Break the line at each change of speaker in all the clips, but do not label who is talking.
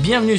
Bienvenue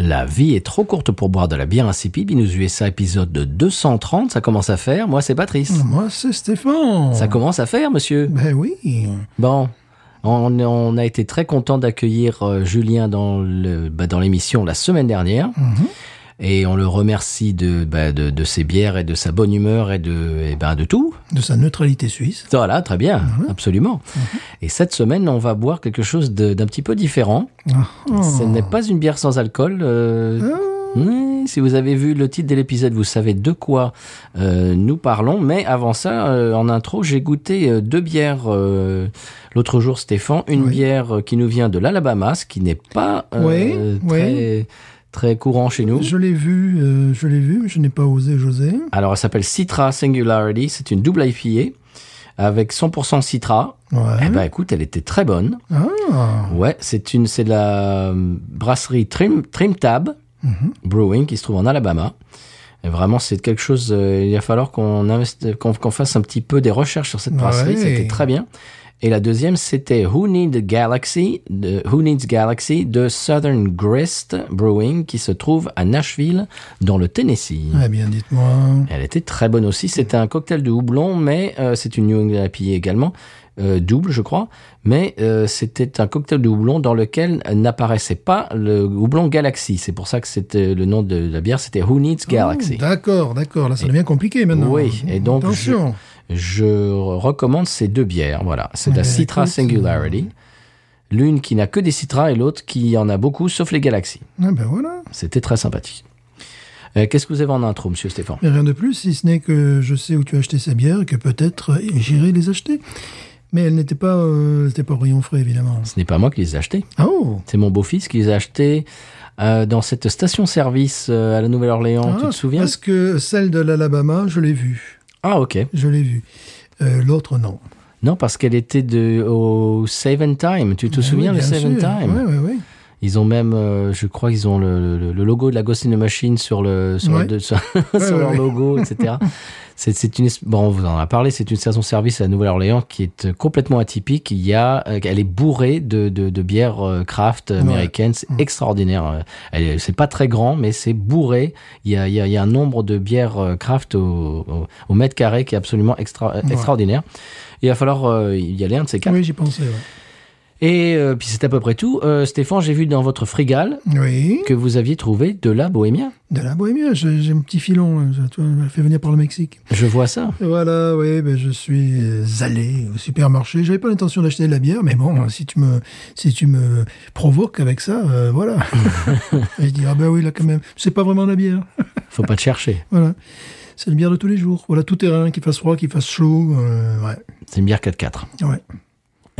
La vie est trop courte pour boire de la bière insipide. Binous USA épisode 230, ça commence à faire. Moi, c'est Patrice.
Ah, Moi, c'est Stéphane.
Ça commence à faire, monsieur.
Ben oui.
Bon, on, on a été très content d'accueillir euh, Julien dans le bah, dans l'émission la semaine dernière. Et on le remercie de, bah, de, de ses bières et de sa bonne humeur et de, et ben, de tout.
De sa neutralité suisse.
Voilà, très bien,
Ah
absolument.
Mhm.
Et cette semaine, on va boire quelque chose de- d'un petit peu différent.
Ah.
Ce n'est pas une bière sans alcool. euh, oui, si vous avez vu le titre de l'épisode, vous savez de quoi euh, nous parlons. Mais avant ça, euh, en intro, j'ai goûté euh, deux bières euh, l'autre jour, Stéphane. Une
Oui.
bière euh, qui nous vient de l'Alabama, ce qui n'est pas euh,
Oui, oui.
très, très courant chez nous.
Je l'ai vu, euh, je l'ai vu, mais je n'ai pas osé José.
Alors, elle s'appelle Citra Singularity. C'est une double IPA avec 100% Citra.
Ouais.
Eh ben, écoute, elle était très bonne.
Ah.
Ouais, c'est une, c'est de la euh, brasserie Trim, Trim Tab
Mhm.
Brewing qui se trouve en Alabama. Et vraiment, c'est quelque chose. euh, il va falloir qu'on investi- qu'on qu'on fasse un petit peu des recherches sur cette brasserie.
Ouais.
C'était très bien. Et la deuxième, c'était Who Needs Galaxy, de, Who Needs Galaxy de Southern Grist Brewing qui se trouve à Nashville, dans le Tennessee.
Eh bien, dites-moi.
Elle était très bonne aussi. C'était un cocktail de houblon, mais euh, c'est une New England IPA également, euh, double je crois. Mais euh, c'était un cocktail de houblon dans lequel n'apparaissait pas le houblon Galaxy. C'est pour ça que c'était le nom de la bière, c'était Who
Oh,
Needs Galaxy.
D'accord, d'accord. Là, ça devient compliqué maintenant.
Oui, et donc,
Attention.
je recommande ces deux bières. Voilà, c'est la
Eh ben,
Citra
écoute,
Singularity. L'une qui n'a que des citras et l'autre qui en a beaucoup, sauf les galaxies.
Ah ben voilà.
C'était très sympathique. Euh, Qu'est-ce que vous avez en intro, monsieur Stéphane
Mais rien de plus, si ce n'est que je sais où tu as acheté ces bières et que peut-être euh, j'irai les acheter. Mais elles n'étaient pas, euh, elles n'étaient pas au rayon frais, évidemment.
Ce n'est pas moi qui les ai achetées.
Ah, Oh,
C'est mon beau-fils qui les a achetés euh, dans cette station-service euh, à la Nouvelle-Orléans, tu
Ah,
te souviens
Parce que celle de l'Alabama, je l'ai vue.
Ah ok.
Je l'ai vue. Euh, L'autre, non.
Non, parce qu'elle était de, au Save and Time. Tu te souviens
Ben Eh
le
oui, bien
Save and
sûr.
Time
Oui, oui, oui.
Ils ont même, euh, je crois, ils ont le, le- le logo de la Ghost in the Machine sur, le, sur, le-
Ouais.
de- sur-
Ouais,
sur
ouais,
leur
ouais.
logo, etc. C'est, c'est une, es- bon, on vous en a parlé, c'est une station-service à la Nouvelle-Orléans qui est euh, complètement atypique. Il y a, euh, elle est bourrée de, de, de bières euh, craft américaines. C'est
Mm.
extraordinaire. Euh, Elle, est- c'est pas très grand, mais c'est bourré. Il y a, il y a, il y a un nombre de bières euh, craft au, au, au mètre carré qui est absolument extra, euh,
Ouais.
extraordinaire. Il va falloir euh, y aller un de ces quatre.
Oui, j'y pensais. ouais.
Et euh, puis c'est à peu près tout. Euh, Stéphane, j'ai vu dans votre frigale
Oui.
que vous aviez trouvé de la bohémia.
De la Bohémie, j'ai j'ai un petit filon. là, je- tu vois, je me le fais venir par le Mexique.
Je vois ça.
Et Voilà, oui, ben, je suis euh, allé au supermarché. J'avais pas l'intention d'acheter de la bière, mais bon, si tu me, si tu me provoques avec ça, euh, voilà. Et je dis, ah ben oui, là quand même, c'est pas vraiment de la bière.
Faut pas te chercher.
Voilà. C'est une bière de tous les jours. Voilà, tout terrain, qu'il fasse froid, qu'il fasse chaud. euh, ouais.
C'est une bière 4-4.
ouais.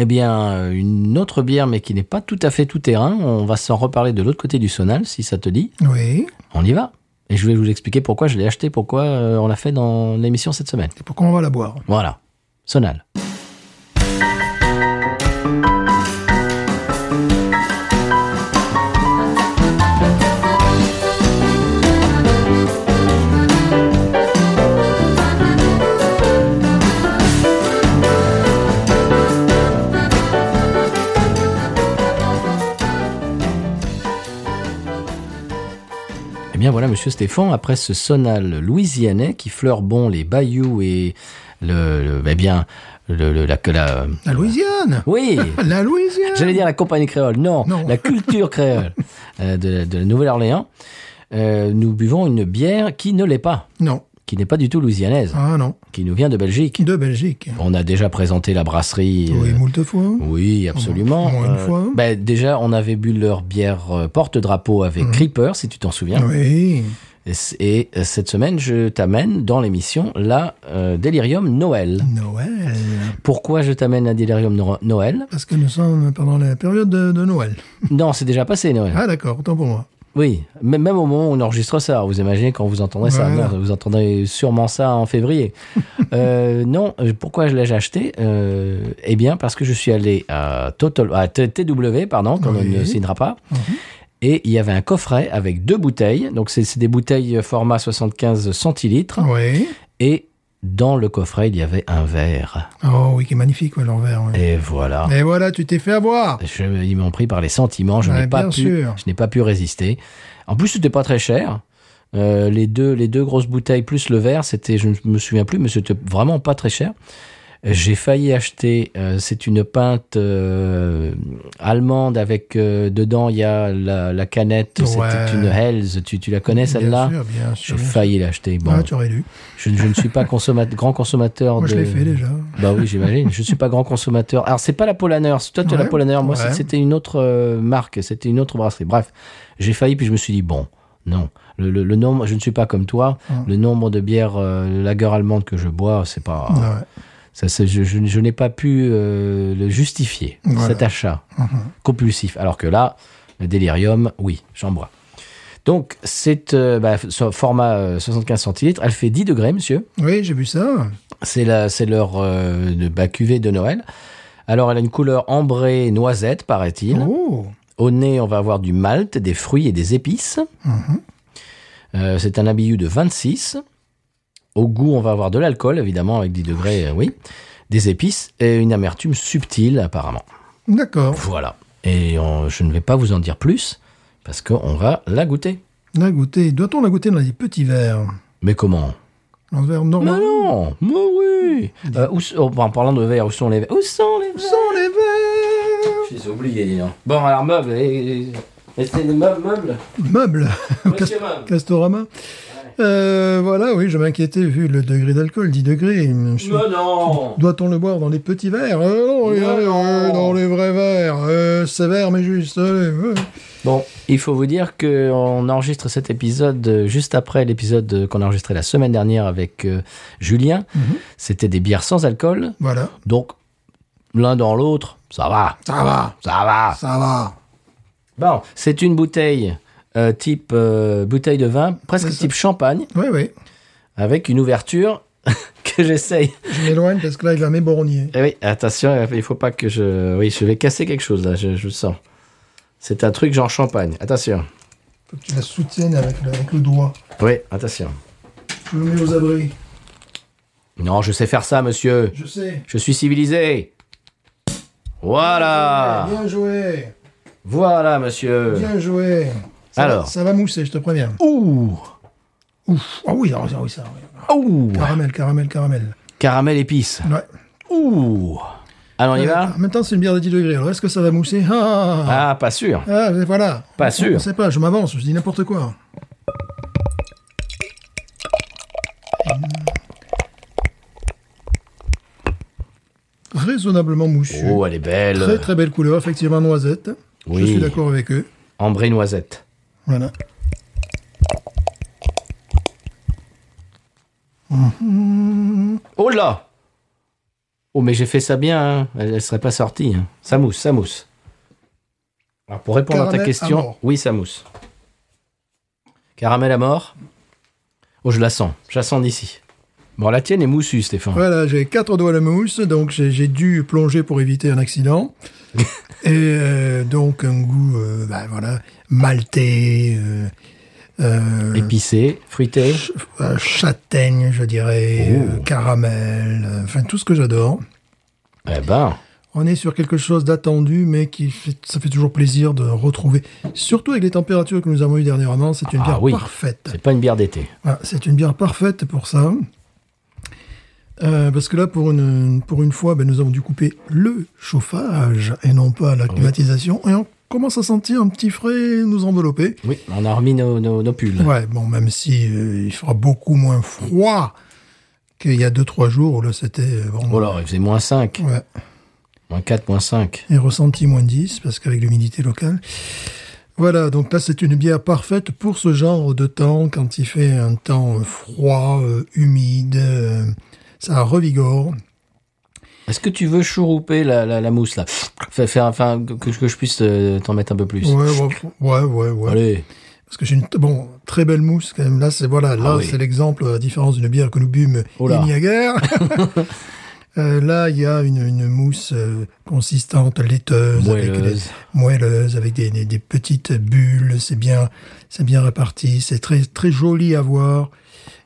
Eh bien, euh, une autre bière, mais qui n'est pas tout à fait tout terrain. On va s'en reparler de l'autre côté du sonal, si ça te dit.
Oui.
On y va. Et je vais vous expliquer pourquoi je l'ai acheté, pourquoi euh, on l'a fait dans l'émission cette semaine.
Et pourquoi on va la boire
Voilà. Sonal. Eh bien voilà, monsieur Stéphane, après ce sonal louisianais qui fleure bon les bayous et le, le- eh bien, le, le- la, que la- euh,
La Louisiane
Oui
La Louisiane
J'allais dire la compagnie créole. Non,
Non.
la culture créole euh, de, la- de la Nouvelle-Orléans. Euh, nous buvons une bière qui ne l'est pas,
Non.
qui n'est pas du tout louisianaise,
Ah non.
qui nous vient de Belgique.
De Belgique.
On a déjà présenté la brasserie. euh,
Oui, moult fois.
oui, absolument.
Au moins une fois. hein.
ben, déjà, on avait bu leur bière euh, porte-drapeau avec Creeper, si tu t'en souviens.
Mhm. Oui.
Et, c- et, euh, cette semaine, je t'amène dans l'émission la euh, Delirium Noël.
Noël.
Pourquoi je t'amène la Delirium Nor- Noël
Parce que nous sommes pendant la période de, de Noël.
Non, c'est déjà passé Noël.
Ah d'accord, autant pour moi.
Oui, mais même au moment où on enregistre ça, vous imaginez quand vous entendrez ça,
Voilà.
non, vous entendrez sûrement ça en février. Euh, non, euh, pourquoi je l'ai acheté Euh, Eh bien, parce que je suis allé à, Total, à T- TW, pardon, qu'on
Oui.
ne signera pas, et il y avait un coffret avec deux bouteilles, donc c'est c'est des bouteilles format 75 centilitres,
Oui.
et dans le coffret, il y avait un verre.
Oh oui, qui est magnifique, ouais, l'envers. ouais.
Et voilà.
Et voilà, tu t'es fait avoir.
Je- ils m'ont pris par les sentiments. Je
Ouais,
n'ai pas
bien
pu.
sûr.
Je n'ai pas pu résister. En plus, c'était pas très cher. Euh, les deux, les deux grosses bouteilles plus le verre, c'était, je ne me souviens plus, mais c'était vraiment pas très cher. J'ai failli acheter. euh, c'est une pinte euh, allemande avec euh, dedans il y a la, la canette.
Ouais.
C'était une Hells. Tu, tu la connais celle-là
Bien sûr, bien
J'ai
sûr. bien sûr.
failli l'acheter. Bon,
Ah, tu aurais dû.
je, je ne suis pas consomma- grand consommateur
Moi,
de.
je l'ai fait déjà.
Bah oui, j'imagine. Je suis pas grand consommateur. Alors, c'est pas la Polaner. Toi, tu as la
Ouais,
Polaner. Moi,
ouais.
c'est- c'était une autre euh, marque. C'était une autre brasserie. Bref, j'ai failli, puis je me suis dit, bon, non. Le, le- le nombre, je ne suis pas comme toi.
Hum.
Le nombre de bières euh, lager allemande que je bois, c'est pas.
Ouais.
Ça, c'est- je je- je n'ai pas pu euh, le justifier,
Voilà.
cet achat
Mhm.
compulsif. Alors que là, le délirium, oui, j'en bois. Donc, c'est euh, bah, so- format euh, 75 centilitres. Elle fait 10 degrés, monsieur.
Oui, j'ai vu ça.
C'est la- c'est leur euh, de- bah, cuvée de Noël. Alors, elle a une couleur ambrée et noisette, paraît-il.
Oh.
Au nez, on va avoir du malt, des fruits et des épices.
Mhm.
Euh, c'est un habillu de 26. Au goût, on va avoir de l'alcool, évidemment, avec 10 degrés, euh, oui. Des épices et une amertume subtile, apparemment.
D'accord.
Voilà. Et on- je ne vais pas vous en dire plus, parce qu'on va la goûter.
La goûter. Doit-on la goûter dans des petits verres
Mais comment
Dans un verre
Mais
normal
non Mais oui Euh, où s- oh, En parlant de verre, où sont les verres Où sont les verres
Sans les verres
Je les ai oubliés, dis donc. Bon, alors, meubles. Et, et c'est des meubles, meubles.
Meubles
Monsieur meubles.
Castorama Euh, Voilà, oui, je m'inquiétais vu le degré d'alcool, 10 degrés. Je suis-
Mais non
Doit-on le boire dans les petits verres Euh, Non, il y a-
Non.
euh, dans les vrais verres. Euh, sévère, mais juste. allez, ouais.
Bon, il faut vous dire qu'on enregistre cet épisode euh, juste après l'épisode euh, qu'on a enregistré la semaine dernière avec euh, Julien. C'était des bières sans alcool.
Voilà.
Donc, l'un dans l'autre, ça va.
Ça va,
Ça va.
ça va.
Bon, c'est une bouteille euh, type euh, bouteille de vin, presque
C'est ça.
type champagne,
Oui, oui.
avec une ouverture que j'essaye
Je m'éloigne parce que là, il va m'éborgner.
Eh oui, attention, il faut pas que je. Oui, je vais casser quelque chose là, je, je le sens. C'est un truc genre champagne. Attention.
Faut que tu la soutiennes avec le, avec le doigt.
Oui, attention.
Je me mets aux abris.
Non, je sais faire ça, monsieur.
Je sais.
Je suis civilisé. Voilà.
Bien joué.
Voilà, monsieur.
Bien joué. Ça va-
Alors.
Ça va mousser, je te préviens.
Ouh.
Ouf. Ah oui, ah oui, ah oui, ça. oui.
Ouh.
Caramel, caramel, caramel.
Caramel épice.
Ouais. Euh,
Ouh. Euh, Alors, on y va
En même temps, c'est une bière de 10 degrés. Alors, est-ce que ça va mousser ah,
Ah, pas sûr.
Ah, mais voilà.
Pas
Je
sûr.
sais pas, je m'avance, je dis n'importe quoi. Hmm. Raisonnablement moussu.
Oh, elle est
Très
belle.
très belle couleur, effectivement noisette. Je
Oui.
suis d'accord avec eux.
Ambrée noisette.
Voilà.
Oh là Oh, mais j'ai fait ça bien, hein. elle, elle serait pas sortie. hein. Ça mousse, ça mousse. Alors, pour répondre à ta
Caramel à
question,
mort.
oui, ça mousse. Caramel à mort Oh, je la sens, je la sens d'ici. Bon, la tienne est moussue, Stéphane.
Voilà, j'ai quatre doigts à la mousse, donc j'ai j'ai dû plonger pour éviter un accident. Et euh, donc un goût, euh, ben voilà, maltais, euh, euh,
Épicée, fruitée.
ch- euh, châtaigne, je dirais,
Oh.
euh, caramel, euh, enfin tout ce que j'adore.
Eh ben,
On est sur quelque chose d'attendu, mais qui fait- ça fait toujours plaisir de retrouver. Surtout avec les températures que nous avons eues dernièrement, c'est une
Ah
bière
oui.
parfaite.
c'est pas une bière d'été.
Voilà, c'est une bière parfaite pour ça. Euh, parce que là, pour une, pour une fois, ben, nous avons dû couper le chauffage et non pas la climatisation. Et on commence à sentir un petit frais nous envelopper.
Oui, on a remis nos, nos- nos pulls.
Ouais, bon, même si euh, il fera beaucoup moins froid qu'il y a 2-3 jours où là c'était. euh, bon,
Oh là, il faisait moins 5,
ouais.
moins 4, moins 5.
et ressenti moins 10 parce qu'avec l'humidité locale. Voilà, donc là c'est une bière parfaite pour ce genre de temps quand il fait un temps euh, froid, euh, humide, euh, ça revigore.
Est-ce que tu veux chourouper la, la- la mousse, là Faire, faire- enfin, que, que je puisse euh, t'en mettre un peu plus.
Ouais, ouais, ouais, ouais. ouais.
Allez.
Parce que j'ai une t- bon, très belle mousse quand même. Là, c'est voilà, là,
Ah oui.
c'est l'exemple, à la différence d'une bière que nous bûmes
Oh là.
il n'y a guère. Euh, là, il y a une, une mousse euh, consistante, laiteuse, avec des,
Moelleuse.
moelleuse, avec des, des- des petites bulles. C'est bien, c'est bien réparti. C'est très, très joli à voir.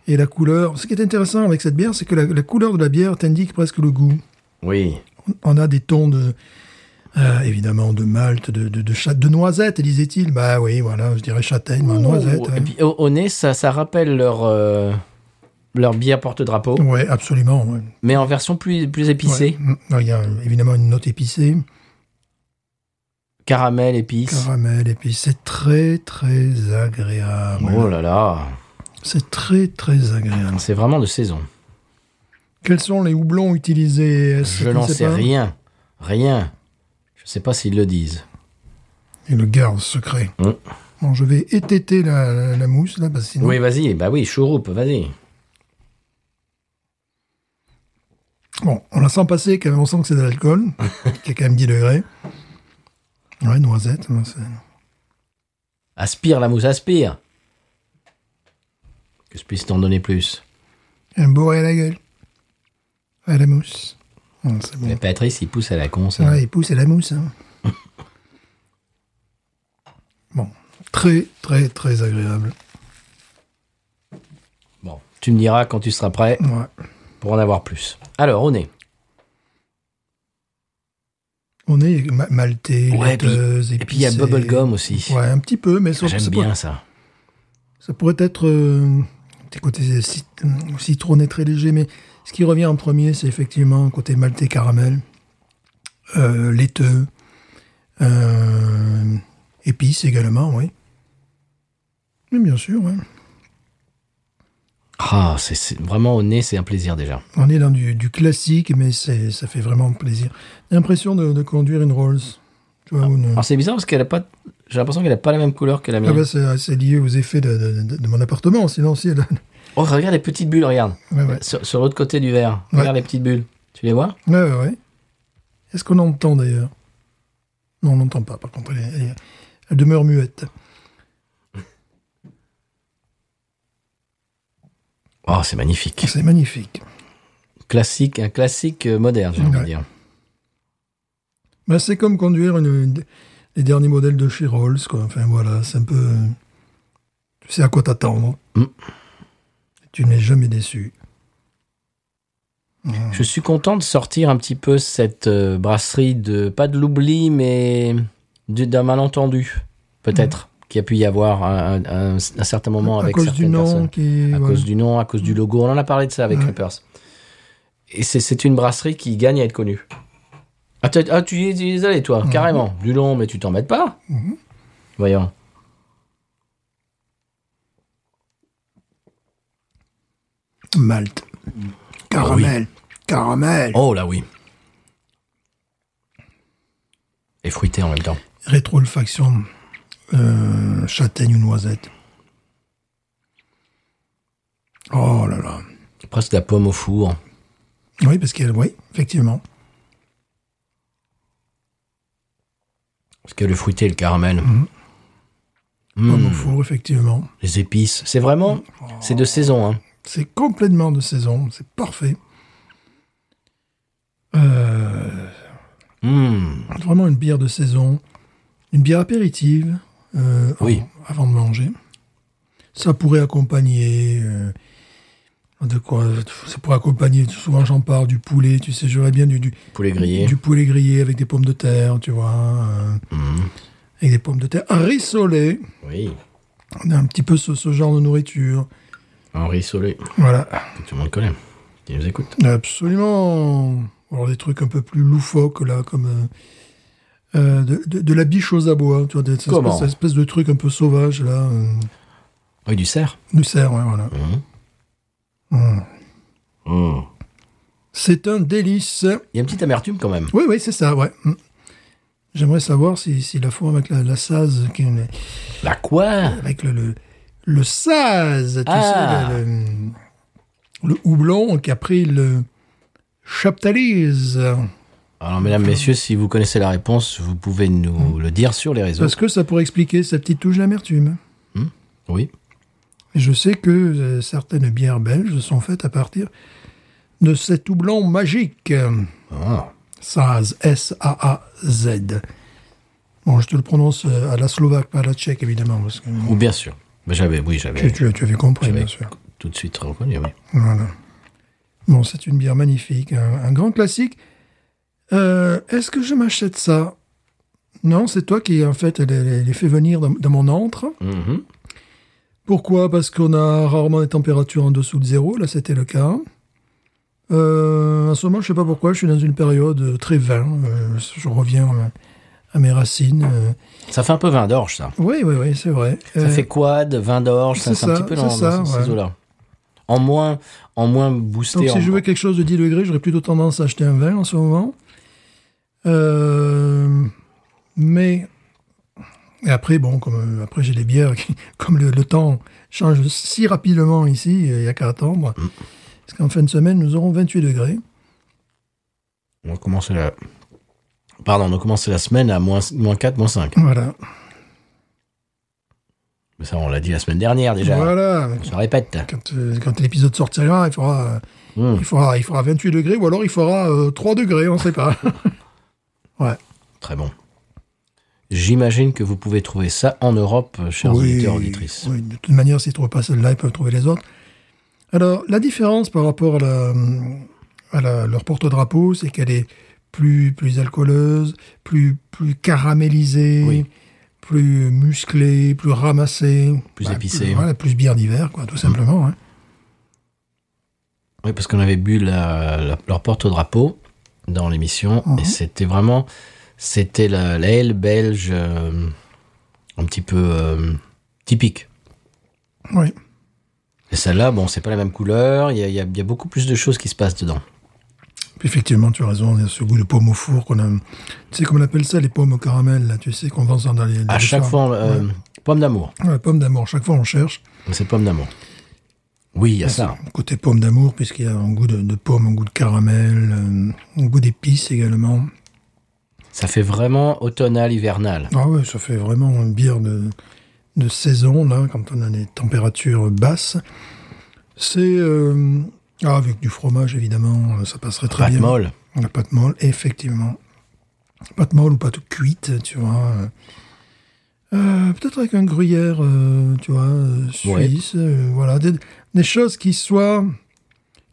Et la couleur. Ce qui est intéressant avec cette bière, c'est que la, la couleur de la bière t'indique presque le goût.
Oui.
On a des tons de, euh, évidemment, de malt, de, de, de, cha- de noisette, disait-il. Bah oui, voilà, je dirais châtaigne, mais noisette. hein.
Oh,
ouais.
Et puis au, au nez, ça, ça rappelle leur, euh, leur bière porte-drapeau,
Ouais, absolument. ouais.
mais en version plus, plus
Ouais.
épicée.
Mm. Alors, Il y a euh, évidemment une note épicée,
Caramel, épice.
caramel, et puis c'est très, très agréable.
Oh là là,
C'est très, très agréable.
c'est vraiment de saison.
Quels sont les houblons utilisés Est-ce que
Je
tu
n'en
sais
sais
pas
rien. Rien. Je sais pas s'ils le disent.
Et le garde secret.
Mm.
Bon, je vais étêter la, la- la mousse, là, parce que sinon...
Oui, vas-y, bah oui, chouroupe, vas-y.
Bon, on la sent passer, quand même, on sent que c'est de l'alcool, qui a quand même 10 degrés. Ouais, noisette. hein, c'est-
Aspire la mousse, aspire. Que je puisse t'en donner plus.
Un bourré à la gueule. À la mousse. Bon, c'est bon.
Mais Patrice, il pousse à la con, ça.
Ouais, il pousse à la mousse. hein. bon. Très, très, très agréable.
Bon, tu me diras quand tu seras prêt
Ouais.
pour en avoir plus. Alors, au nez.
On est ma- maltais,
Ouais, et puis-
laiteuse,
Et puis il y a
épicée.
bubblegum aussi.
Ouais, un petit peu, mais ça,
Ah, J'aime
ça
bien
pourrait,
ça.
ça pourrait être euh, des côtés euh, cit- citronné très léger, mais ce qui revient en premier, c'est effectivement côté maltais caramel, euh, laiteux, euh, épices également, oui. Mais bien sûr, ouais.
Ah, c'est- c'est vraiment au nez, c'est un plaisir déjà.
on est dans du, du classique, mais c'est, ça fait vraiment plaisir. J'ai l'impression de, de conduire une Rolls. Tu vois, ou une-
Alors c'est bizarre parce qu'elle a pas. J'ai l'impression qu'elle a pas la même couleur que la
Ah
mienne.
bah, Ah, c'est, c'est lié aux effets de, de- de- de mon appartement, sinon si elle-
Oh regarde les petites bulles, regarde.
Ouais, ouais.
Sur, sur l'autre côté du verre.
Ouais.
Regarde les petites bulles. Tu les vois
Ouais, ouais, ouais. Est-ce qu'on entend d'ailleurs Non, on n'entend pas, par contre. Elle, elle- elle demeure muette.
Oh, c'est magnifique.
C'est magnifique.
Classique, un classique euh, moderne, j'ai envie de
Ouais.
dire.
Bah, c'est comme conduire une- une- les derniers modèles de chez Rolls. Quoi. Enfin, voilà, c'est un peu. euh, Tu sais à quoi t'attendre.
Mm.
Tu n'es jamais déçu.
Je suis content de sortir un petit peu cette euh, brasserie de pas de l'oubli, mais du- d'un malentendu, peut-être, qui a pu y avoir à un, un- un certain moment
Mm. à
avec
cause
certaines
du nom
personnes.
qui.
à
voilà.
cause du nom, à cause du logo. On en a parlé de ça avec
Ouais.
Rippers. Et c'est- c'est une brasserie qui gagne à être connue. Ah, t'as- ah, tu y es, tu y es allé, toi, carrément. Du nom, mais tu t'en mets pas. Voyons.
Malte. Caramel. Caramel.
Ah Oh là oui. Et fruité en même temps.
Rétro-olfaction. euh, châtaigne ou noisette. Oh là là.
Presque la pomme au four.
Oui, parce qu'elle. Oui, effectivement.
Parce que le fruité et le caramel.
Pomme
Mmh,
au four, effectivement.
les épices. C'est vraiment. C'est de saison. Hein.
C'est complètement de saison. C'est parfait. Euh,
Mmh.
vraiment une bière de saison. Une bière apéritive. euh,
Oui.
en- avant de manger. Ça pourrait accompagner. euh, de quoi Ça pourrait accompagner. Souvent, j'en parle du poulet. Tu sais, j'aurais bien du, du,
Poulet grillé.
du poulet grillé avec des pommes de terre, tu vois. euh,
Mmh.
avec des pommes de terre rissolées.
Oui.
On a un petit peu ce, ce genre de nourriture.
Henri Solé,
Voilà.
que tout le monde connaît. Il nous écoute.
Absolument. Alors des trucs un peu plus loufoques là, comme euh, euh, de, de- de la biche aux abois, tu vois, des- cette
Comment
espèce, cette espèce de truc un peu sauvage là, euh,
Oui, Oh, du cerf.
du cerf, ouais, voilà.
Mmh.
C'est un délice.
Il y a une petite amertume quand même.
Oui, oui, c'est ça, ouais. Mm. J'aimerais savoir si, si la forme avec la, la saz, qui est-
La quoi
avec le le, le saz, tu
Ah.
sais, le, le- le houblon qui a pris le chaptalise.
Alors, mesdames, messieurs, si vous connaissez
Hmm.
la réponse, vous pouvez nous le dire sur les réseaux.
Parce que ça pourrait expliquer sa petite touche d'amertume.
Oui.
Et je sais que euh, certaines bières belges sont faites à partir de cet houblon magique.
Ah.
Saz, S-A-A-Z. Bon, je te le prononce euh, à la slovaque, pas à la tchèque, évidemment, parce que
Ou bien sûr. Mais J'avais, oui, j'avais.
tu, tu- tu avais compris,
j'avais
bien sûr.
Tout de suite reconnu, oui.
Voilà. Bon, c'est une bière magnifique, un, un grand classique. Euh, Est-ce que je m'achète ça Non, c'est toi qui, en fait, les, les- les fait venir dans, dans mon antre.
Mhm.
Pourquoi Parce qu'on a rarement des températures en dessous de zéro. Là, c'était le cas. Euh, en ce moment, je sais pas pourquoi, je suis dans une période euh, très vin. Euh, je reviens euh, à mes racines. euh.
Ça fait un peu vin d'orge, ça.
Oui, oui, oui, c'est vrai.
Ça
Euh,
fait quad, vin d'orge, ça,
c'est
c'est un
ça,
petit peu dans,
c'est
dans
ça,
ces-
ouais.
ces eaux-là. En moins, en moins boosté.
Donc,
en-
si je veux quelque chose de 10 degrés, j'aurais plutôt tendance à acheter un vin en ce moment. Euh, mais et après, bon, comme euh, après j'ai les bières, qui- comme le, le temps change si rapidement ici, euh, il n'y a qu'à attendre.
Mm.
Parce qu'en fin de semaine, nous aurons 28 degrés.
On a commencé la... Pardon, on a commencé la semaine à moins, moins 4, moins 5.
Voilà.
Mais ça, on l'a dit la semaine dernière déjà.
Voilà.
On se répète.
Quand, euh, quand l'épisode sortira, il faudra, euh,
Mm.
il, faudra, il faudra 28 degrés ou alors il faudra euh, 3 degrés, on ne sait pas. ouais.
Très bon. J'imagine que vous pouvez trouver ça en Europe, chers auditeurs, auditrices.
oui, de toute manière, s'ils ne trouvent pas celle-là, ils peuvent trouver les autres. Alors, la différence par rapport à, la- à la- leur porte-drapeau, c'est qu'elle est plus, plus alcooleuse, plus, plus caramélisée,
Oui.
plus musclée, plus ramassée.
Plus épicée.
Plus, voilà, plus bière d'hiver, quoi, tout simplement. hein.
Oui, parce qu'on avait bu la- la- leur porte-drapeau dans l'émission
Mhm.
et c'était vraiment. C'était la, la aile belge euh, un petit peu euh, typique.
Oui.
Et celle-là, bon, c'est pas la même couleur, il y a, il y a- il y a beaucoup plus de choses qui se passent dedans.
Puis effectivement, tu as raison, il y a ce goût de pomme au four qu'on a. Tu sais comment on appelle ça, les pommes au caramel, là, tu sais, qu'on vend ça dans les.
À chaque fois, euh, pomme d'amour.
La pomme d'amour, chaque fois on cherche.
C'est pomme d'amour. Oui, il y a ça.
Côté pomme d'amour, puisqu'il y a un goût de, de pomme, un goût de caramel, euh, un goût d'épices également.
Ça fait vraiment automnal, hivernal.
Ah ouais, ça fait vraiment une bière de, de saison, là, quand on a des températures basses. C'est. euh, ah, avec du fromage, évidemment, euh, ça passerait très
Pâte
bien.
molle.
La pâte molle, effectivement. Pâte molle ou pâte cuite, tu vois. Euh, Peut-être avec un gruyère, euh, tu vois, euh,
Ouais.
suisse. euh, voilà, des, des choses qui soient.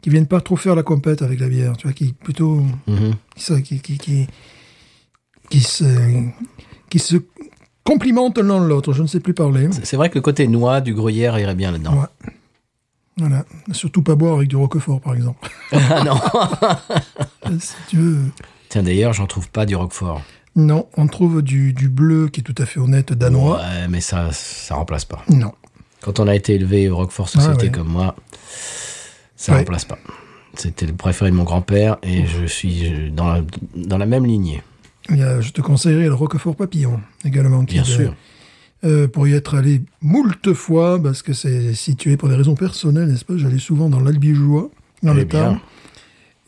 qui viennent pas trop faire la compète avec la bière, tu vois, qui plutôt.
Mhm.
qui, se- qui, qui, qui, qui se. qui se complimentent l'un l'autre, je ne sais plus parler.
C'est- C'est vrai que le côté noix du gruyère irait bien là-dedans.
Ouais. Voilà. Surtout pas boire avec du roquefort, par exemple.
Ah non
si tu veux.
Tiens, d'ailleurs, j'en trouve pas du roquefort.
Non, on trouve du, du bleu qui est tout à fait honnête danois.
Ouais, mais ça, ça remplace pas.
Non.
Quand on a été élevé au Roquefort Société
Ah ouais.
comme moi, ça
Ouais.
remplace pas. C'était le préféré de mon grand-père et je suis dans la, dans la même lignée,
Il y a- je te conseillerais le Roquefort Papillon également. qui
bien
est,
sûr.
euh, pour y être allé moult fois, parce que c'est situé pour des raisons personnelles, n'est-ce pas J'allais souvent dans l'Albigeois, dans
Eh
le Tarn.
bien.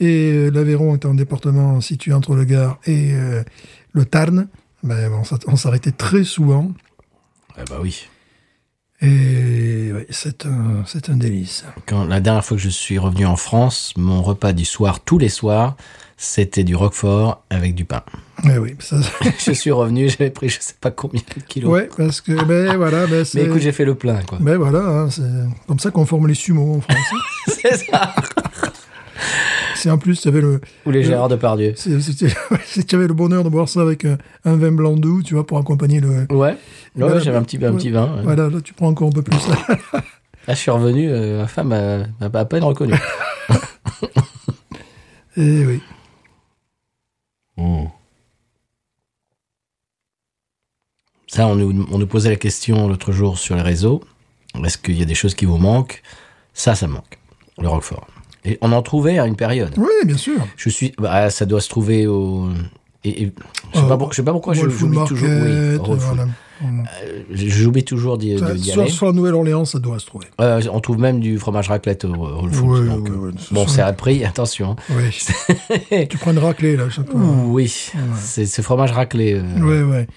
Et euh, l'Aveyron est un département situé entre le Gard et euh, le Tarn. Ben, on s'att- on s'arrêtait très souvent.
Eh bah oui.
Et ouais, c'est un, c'est un délice.
Quand, la dernière fois que je suis revenu en France, mon repas du soir, tous les soirs, c'était du Roquefort avec du pain.
Eh oui, ça,
je suis revenu, j'avais pris je sais pas combien de kilos.
ouais, parce que ben voilà, ben, c'est-
mais écoute, j'ai fait le plein, quoi.
Ben voilà, hein, c'est comme ça qu'on forme les sumo en France.
C'est ça
c'est en plus, tu avais le,
Ou les Gérard Depardieu.
c'est- c'était- si tu avais le bonheur de boire ça avec un, un vin blanc doux, tu vois, pour accompagner le.
Ouais, ouais,
Voilà,
j'avais un petit, un
ouais.
petit vin. ouais.
Voilà, là tu prends encore un peu plus.
Là, je suis revenu, euh, ma femme euh, m'a à peine reconnu.
Et Eh oui.
Ça, on nous, on nous posait la question l'autre jour sur les réseaux. Est-ce qu'il y a des choses qui vous manquent Ça, ça me manque, le Roquefort. Et on en trouvait à une période.
Oui, bien sûr.
Je suis, bah, ça doit se trouver au. et- et- je sais
Euh,
pas, pour- je sais pas pourquoi je-
Whole Food
j'oublie toujours. Oui,
Market,
Whole Food.
voilà.
Euh, J'oublie toujours d'y
Ça,
de- d'y
soit,
aller.
soit en Nouvelle-Orléans, ça doit se trouver.
Euh, on trouve même du fromage raclette au au Whole Foods.
Ouais,
donc,
ouais,
euh,
ouais, ce
bon,
sont-
c'est à prix, attention.
Oui. tu prends une Ah, raclée, là, chaque fois.
Oui, c'est c'est fromage raclé. euh,
Ouais, ouais.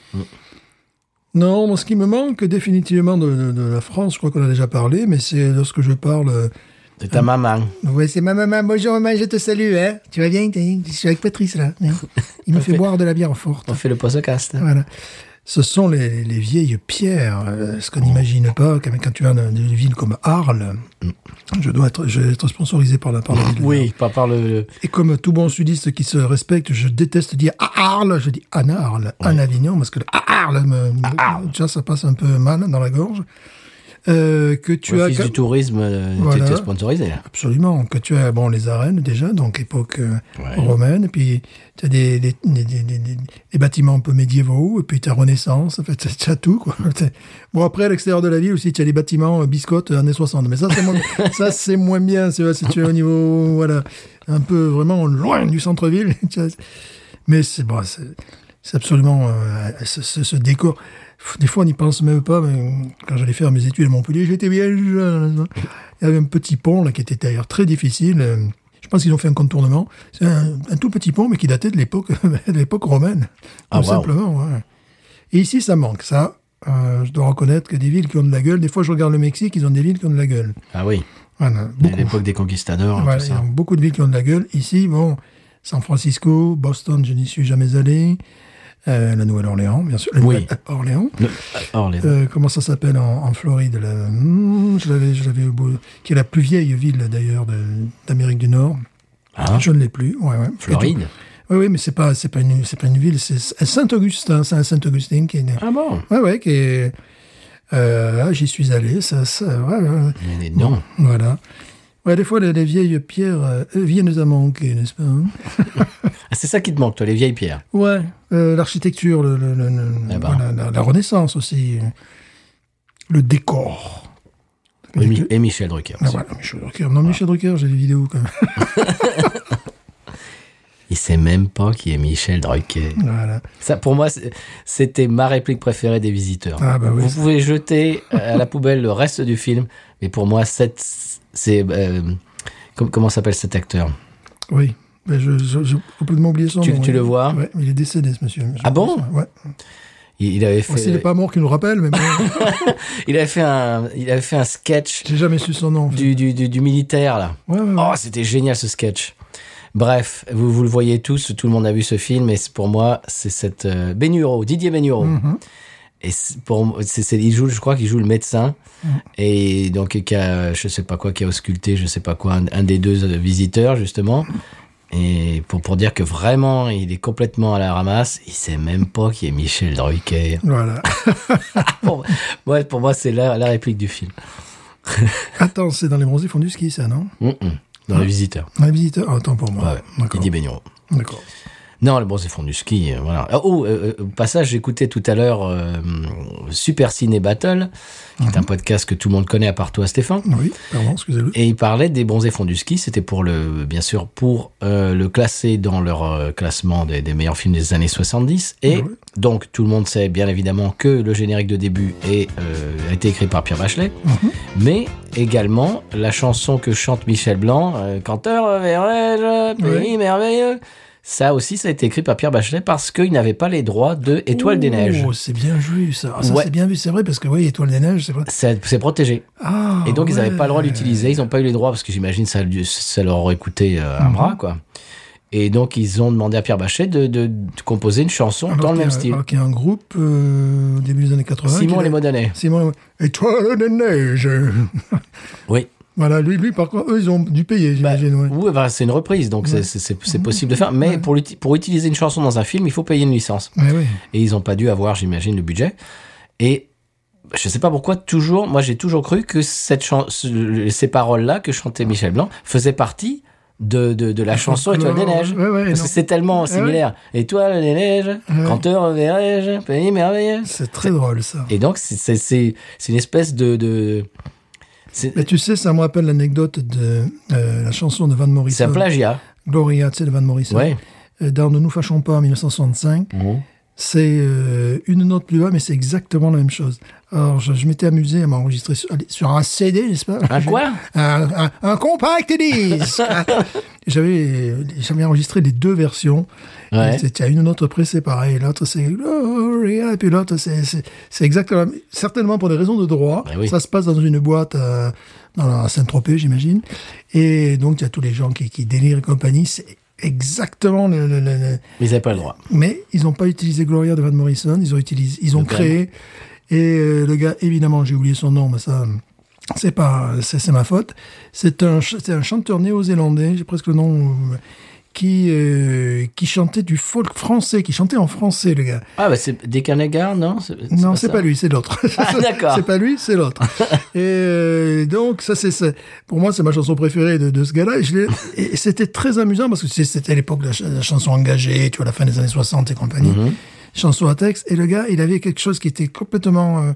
Non, moi, ce qui me manque définitivement de, de- de la France, je crois qu'on a déjà parlé, mais c'est lorsque je parle. euh,
De ta maman.
Ouais, c'est ma maman. Bonjour maman, je te salue. Hein. Tu vas bien t'es- Je suis avec Patrice là. Hein. Il me fait boire de la bière forte.
On fait le podcast.
Voilà. Ce sont les, les vieilles pierres, euh, ce qu'on n'imagine pas. Quand, quand tu vas dans une ville comme Arles, je dois être, je vais être sponsorisé par la, par la ville. de
Oui, pas par le. le-
et comme tout bon sudiste qui se respecte, je déteste dire à Arles, je dis à Arles, à Avignon, parce que le à Arles, me- me- déjà, ça passe un peu mal dans la gorge. Euh, que tu as
Office du tourisme, euh,
Voilà.
t'étais sponsorisé. là.
absolument que tu as bon les arènes déjà donc époque euh,
Ouais.
romaine puis tu as des, des, des, des, des- des- des bâtiments un peu médiévaux et puis tu as Renaissance en fait t'as- t'as tout quoi T'as- bon après à l'extérieur de la ville aussi tu as les bâtiments euh, biscottes années 60 mais ça c'est moins, ça c'est moins bien c'est si tu es au niveau voilà un peu vraiment loin du centre-ville tu vois. mais c'est bon c'est c'est absolument euh, ce, ce- ce décor. Des fois, on n'y pense même pas. Mais euh, quand j'allais faire mes études à Montpellier, j'étais bien jeune. Il y avait un petit pont là, qui était d'ailleurs très difficile. Euh, Je pense qu'ils ont fait un contournement. C'est un, un tout petit pont, mais qui datait de l'époque de l'époque romaine, tout
Ah, waouh.
simplement. ouais. Et ici, ça manque. Ça, Euh, je dois reconnaître que des villes qui ont de la gueule. Des fois, je regarde le Mexique, ils ont des villes qui ont de la gueule.
Ah oui,
Voilà,
à
beaucoup.
l'époque des conquistadors,
Voilà,
tout
il y a
Ah, ça.
beaucoup de villes qui ont de la gueule. Ici, bon, San Francisco, Boston, je n'y suis jamais allé. Euh, la Nouvelle-Orléans, bien sûr. La
Oui.
Nouvelle-Orléans.
Le- ah, Or, les...
Euh, comment ça s'appelle en, en Floride la- hmm, Je l'avais, je l'avais au bout- Qui est la plus vieille ville d'ailleurs de- d'Amérique du Nord.
Ah,
je ne l'ai plus. Ouais, ouais.
Floride.
Oui, oui, mais c'est pas, c'est pas une, c'est pas une ville. C'est Saint-Augustin. C'est un Saint-Augustin qui est.
Ah bon
Ouais, ouais, qui est. euh, ah, j'y suis allé. Ça, ça, ouais, ouais.
Mais des- Non.
Voilà. Ouais, des fois, les, les vieilles pierres euh, elles viennent à manquer, n'est-ce pas hein
Ah, c'est ça qui te manque, toi, les vieilles pierres.
Ouais, euh, l'architecture, le, le- le- le-
Eh ben.
voilà, la, la Renaissance aussi, euh, le décor.
Et, Mi- et Michel Drucker.
Ah,
aussi.
voilà, Michel Drucker. Non, Michel Drucker, j'ai des vidéos quand même.
Il sait même pas qui est Michel Drucker.
voilà.
Ça, pour moi, c'est- c'était ma réplique préférée des visiteurs.
Ah, bah oui.
Vous pouvez jeter euh, à la poubelle le reste du film, mais pour moi, cette, c'est euh, com- comment s'appelle cet acteur
Oui. Mais je, je- j'ai complètement oublié son
Tu-
nom,
tu
oui.
le vois
Ouais, il est décédé, ce monsieur.
Ah bon
Ouais.
il, il avait
Bon, s'il n'est
fait,
pas mort, qu'il nous rappelle, mais bon,
il avait fait un, il avait fait un sketch
j'ai jamais su son nom. en fait.
du, du, du- du militaire là.
Ouais, ouais, ouais.
Oh, c'était génial ce sketch. Bref, vous, vous le voyez tous, tout le monde a vu ce film, et c'est- pour moi, c'est cette euh, Bénureau, Didier Bénureau.
Mhm.
Et c'est pour moi- c'est- c'est- il joue, je crois qu'il joue le médecin, et donc qui a, je sais pas quoi, qui a ausculté, je sais pas quoi, un, un des deux euh, visiteurs justement. Et pour, pour dire que vraiment, il est complètement à la ramasse, il sait même pas qui est Michel Drucker.
Voilà.
Bon, ouais, pour moi, c'est la, la réplique du film.
Attends, c'est dans les bronzés font du ski, ça, non
Mm, mm. Dans les visiteurs.
Dans les visiteurs Ah, Attends pour moi.
Ouais,
D'accord.
Didier Bénureau.
D'accord.
Non, le bronzé fond du ski, euh, voilà. Ah, Oh, euh, euh, au passage, j'écoutais tout à l'heure euh, Super Ciné Battle, qui est un podcast que tout le monde connaît à part toi, Stéphane.
Oui, pardon, excusez-le.
Et il parlait des bronzés fonds du ski. C'était pour le, bien sûr, pour euh, le classer dans leur euh, classement des, des meilleurs films des années 70. Et
Ouais.
donc, tout le monde sait bien évidemment que le générique de début est, euh, a été écrit par Pierre Bachelet,
Mhm.
mais également la chanson que chante Michel Blanc, euh, Quand te reverrai-je, pays merveilleux. Ça aussi, ça a été écrit par Pierre Bachelet parce qu'il n'avait pas les droits de Étoile des
Oh,
Neiges.
C'est bien vu ça. Ah, ça
Ouais.
c'est bien vu, c'est vrai, parce que oui, Étoile des Neiges, c'est vrai.
C'est c'est protégé.
Ah,
Et donc, ils n'avaient
ouais.
pas le droit d'utiliser, ils n'ont pas eu les droits, parce que j'imagine ça, a dû- ça leur aurait coûté euh,
Mhm.
un bras, quoi. Et donc, ils ont demandé à Pierre Bachet de, de- de composer une chanson
Alors
dans le
qu'il y a-
même style.
Alors qu'il y a un groupe euh, au début des années 80.
Simon
qui-
Les Modanais.
Simon les Étoile des Neiges.
Oui.
voilà, lui, lui, par contre, eux, ils ont dû payer, j'imagine. ouais.
Oui, bah, c'est une reprise, donc c'est- c'est- c'est c'est possible de faire. Mais pour, l'uti- pour utiliser une chanson dans un film, il faut payer une licence.
Ouais, ouais.
Et ils n'ont pas dû avoir, j'imagine, le budget. Et je ne sais pas pourquoi, toujours, moi j'ai toujours cru que cette chan- ce- ces paroles-là que chantait Michel Blanc faisaient partie de, de, de la chanson Étoile des
folklore,
Neiges.
ouais, ouais,
Parce
non.
que c'est tellement similaire. Étoile des Neiges, quand te reverrai-je, pays merveilleux.
C'est très drôle ça.
Et donc, c'est- c'est c'est- c'est une espèce de. de... C'est
Mais tu sais, ça me rappelle l'anecdote de euh, la chanson de Van
c'est
Morrison.
un plagiat.
Gloria, tu sais, de Van Morrison.
Ouais.
Euh, Dans Ne nous fâchons pas en 1965. c'est euh, une note plus bas, mais c'est exactement la même chose. Alors, je, je m'étais amusé à m'enregistrer sur, allez, sur un CD, n'est-ce pas
Un quoi
un, un- un compact disque J'avais j'avais enregistré les deux versions.
Ouais.
Et C'était à une note près, c'est pareil. L'autre, c'est Gloria, et puis l'autre, c'est- c'est c'est exactement... Certainement, pour des raisons de droit,
Ben oui.
ça se passe dans une boîte euh, dans la Saint-Tropez, j'imagine. Et donc, il y a tous les gens qui, qui délirent et compagnie. C'est exactement le- le- le- le,
Ils n'avaient pas le droit.
mais ils n'ont pas utilisé Gloria de Van Morrison, ils ont, utilisé, ils ont
Le
créé. Et euh, le gars, évidemment, j'ai oublié son nom, mais ça, c'est pas, c'est c'est ma faute. C'est un, ch- c'est un chanteur néo-zélandais, j'ai presque le nom, euh, qui, euh, qui chantait du folk français, qui chantait en français, le gars.
Ah, bah c'est des Carnegar, non
Non, c'est
ça.
pas lui, c'est l'autre.
Ah, d'accord.
C'est pas lui, c'est l'autre. et euh, donc, ça, c'est, ça. pour moi, c'est ma chanson préférée de, de ce gars-là. Et je l'ai- Et c'était très amusant parce que c'est- c'était l'époque de la, ch- la chanson engagée, tu vois, la fin des années 60 et compagnie.
Mhm.
Chanson à texte. Et le gars, il avait quelque chose qui était complètement euh,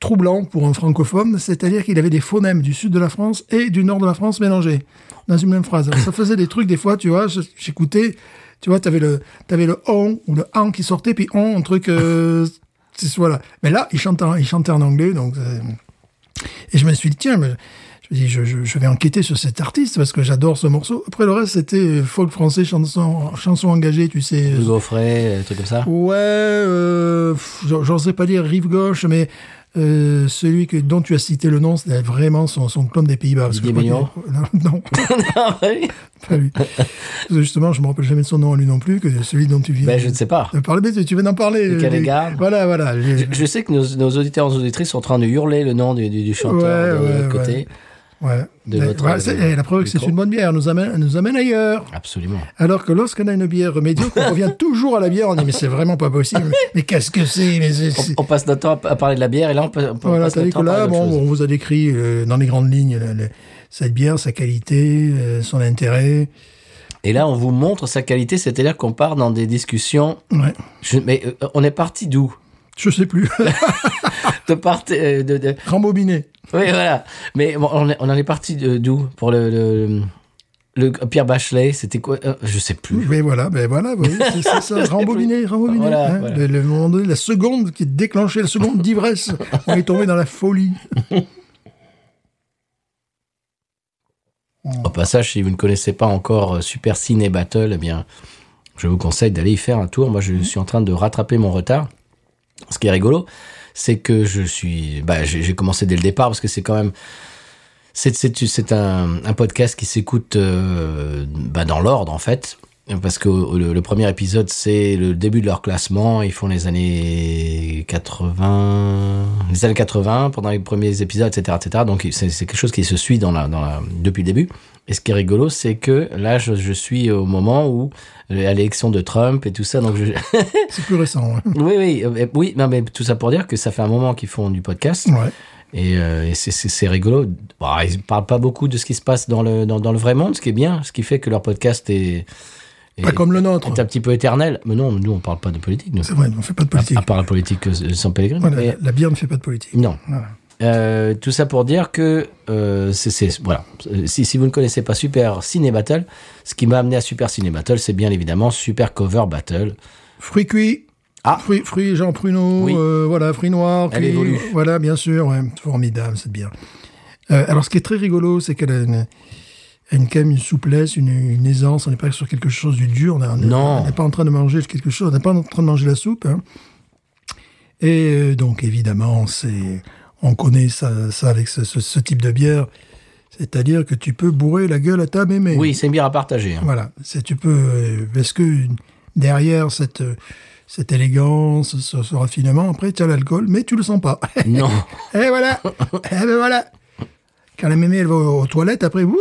troublant pour un francophone. C'est-à-dire qu'il avait des phonèmes du sud de la France et du nord de la France mélangés dans une même phrase. Alors, ça faisait des trucs, des fois, tu vois, je- j'écoutais, tu vois, t'avais le, t'avais le on ou le an qui sortait, puis on, un truc, euh, c'est- voilà. Mais là, il chantait, en- il chantait en anglais, donc, euh, et je me suis dit, tiens, mais, je, me dis, je, je, je vais enquêter sur cet artiste parce que j'adore ce morceau. Après, le reste, c'était euh, folk français, chanson, chanson engagée, tu sais. euh,
Vous offrez, des trucs comme ça
Ouais, euh, pff, j'en- j'en sais pas dire rive gauche, mais euh, celui que, dont tu as cité le nom, c'était vraiment son, son clone des Pays-Bas. parce que je
Didier
crois qu'il- Non, non,
Ah oui
pas lui. Parce que Justement, je me rappelle jamais de son nom à lui non plus, que celui dont tu viens
Ben, je ne sais pas.
de parler, mais tu, tu viens d'en parler.
Lequel
euh,
égard
Voilà, voilà. j'ai-
Je, je sais que nos, nos auditeurs et nos auditrices sont en train de hurler le nom du, du- du chanteur
Ouais,
de
ouais,
l'autre côté.
ouais. ouais.
de
Mais
votre-
voilà, c'est- eh, la preuve que c'est
micro.
une bonne bière, elle nous amène, elle nous amène ailleurs.
Absolument.
Alors que lorsqu'on a une bière médiocre, on revient toujours à la bière, on dit mais c'est vraiment pas possible. Mais qu'est-ce que c'est Mais c'est-
On,
c'est-
on passe notre temps à, à parler de la bière et là on, peut- on
Voilà,
passe
t'as dit
notre
que
temps à
là,
parler d'autre
bon,
chose.
on vous a décrit euh, dans les grandes lignes le- le- cette bière, sa qualité, euh, son intérêt.
Et là on vous montre sa qualité, c'est-à-dire qu'on part dans des discussions.
Ouais,
Je- mais euh, on est parti d'où
je sais plus.
de, part- euh, de, de-
Rambobiné.
Oui, voilà. Mais bon, on, est- on en est parti de- d'où Pour le, le, le- Pierre Bachelet, c'était quoi Euh, Je sais plus.
Mais voilà, ben voilà, vous voyez, c'est c'est ça, Rambobiné, Rambobiné.
Voilà, voilà.
Le, le moment donné, la seconde qui est déclenchée, la seconde d'ivresse, on est tombé dans la folie.
Au passage, si vous ne connaissez pas encore euh, Super Ciné Battle, eh bien, je vous conseille d'aller y faire un tour. Moi, je suis en train de rattraper mon retard. Ce qui est rigolo, c'est que je suis, bah, j'ai j'ai commencé dès le départ parce que c'est quand même, c'est c'est c'est un, un podcast qui s'écoute euh, bah, dans l'ordre en fait. Parce que le, le premier épisode, c'est le début de leur classement. Ils font les années 80, les années 80 pendant les premiers épisodes, etc., etc. Donc c'est c'est quelque chose qui se suit dans la, dans la- depuis le début. Et ce qui est rigolo, c'est que là, je, je suis au moment où à l'élection de Trump et tout ça. Donc je,
C'est plus récent. hein.
oui, oui, euh, euh, oui. Non, mais tout ça pour dire que ça fait un moment qu'ils font du podcast
Ouais.
et, euh, et c'est- c'est c'est rigolo. Bah, ils parlent pas beaucoup de ce qui se passe dans le dans, dans le vrai monde, ce qui est bien, ce qui fait que leur podcast est, est-
Pas comme le nôtre.
est un petit peu éternel. Mais non, nous on parle pas de politique. Nous.
C'est vrai, on fait pas de politique.
À, à part la politique euh, sans Pellegrini.
Voilà,
mais-
La bière ne fait pas de politique.
non.
Voilà.
Euh, tout ça pour dire que euh, c'est- c'est voilà. Si, si vous ne connaissez pas Super Ciné Battle, ce qui m'a amené à Super Ciné Battle, c'est bien évidemment Super Cover Battle.
Fruits cuits.
Ah.
Fruits, fruits, genre pruneaux,
Oui.
euh, voilà, fruits noirs.
Elle
cuits,
évolue.
Voilà, bien sûr, ouais, formidable, c'est bien. Euh, alors, ce qui est très rigolo, c'est qu'elle a une, une, quand même une souplesse, une, une aisance. On n'est pas sur quelque chose du dur. on a- on est-
Non.
On n'est pas en train de manger quelque chose. On n'est pas en train de manger la soupe. hein. Et euh, donc, évidemment, c'est, on connaît ça, ça avec ce, ce- ce type de bière. C'est-à-dire que tu peux bourrer la gueule à ta mémé.
Oui, c'est bien à partager. hein.
Voilà, c'est tu peux euh, parce que derrière cette euh, cette élégance, ce, ce raffinement, après tu as l'alcool, mais tu le sens pas.
Non.
Et voilà, et ben voilà. Quand la mémé elle va aux aux toilettes, après wouhou,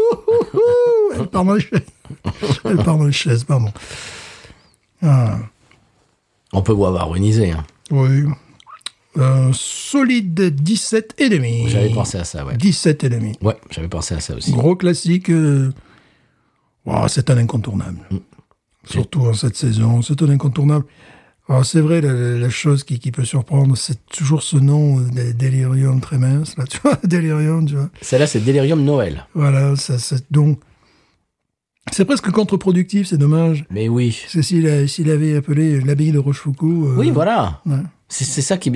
elle part dans les chaises, elle part dans les chaises, pardon. Ah,
On peut boire ruinisé. Hein.
oui, Un solide 17 et demi.
J'avais pensé à ça, ouais.
17 et demi.
Ouais, j'avais pensé à ça aussi.
Gros classique. euh, oh, c'est un incontournable.
Mm.
Surtout en cette saison, c'est un incontournable. Alors, c'est vrai, la, la- la chose qui, qui peut surprendre, c'est toujours ce nom euh, des Delirium Tremens, là, tu vois, Delirium, tu vois.
Celle-là, c'est Delirium Noël.
Voilà, ça, c'est donc C'est presque contre-productif, c'est dommage.
Mais oui.
Parce que s'il a- s'il avait appelé l'abbaye de Rochefoucauld. euh,
Oui, voilà.
ouais.
C'est c'est ça qui.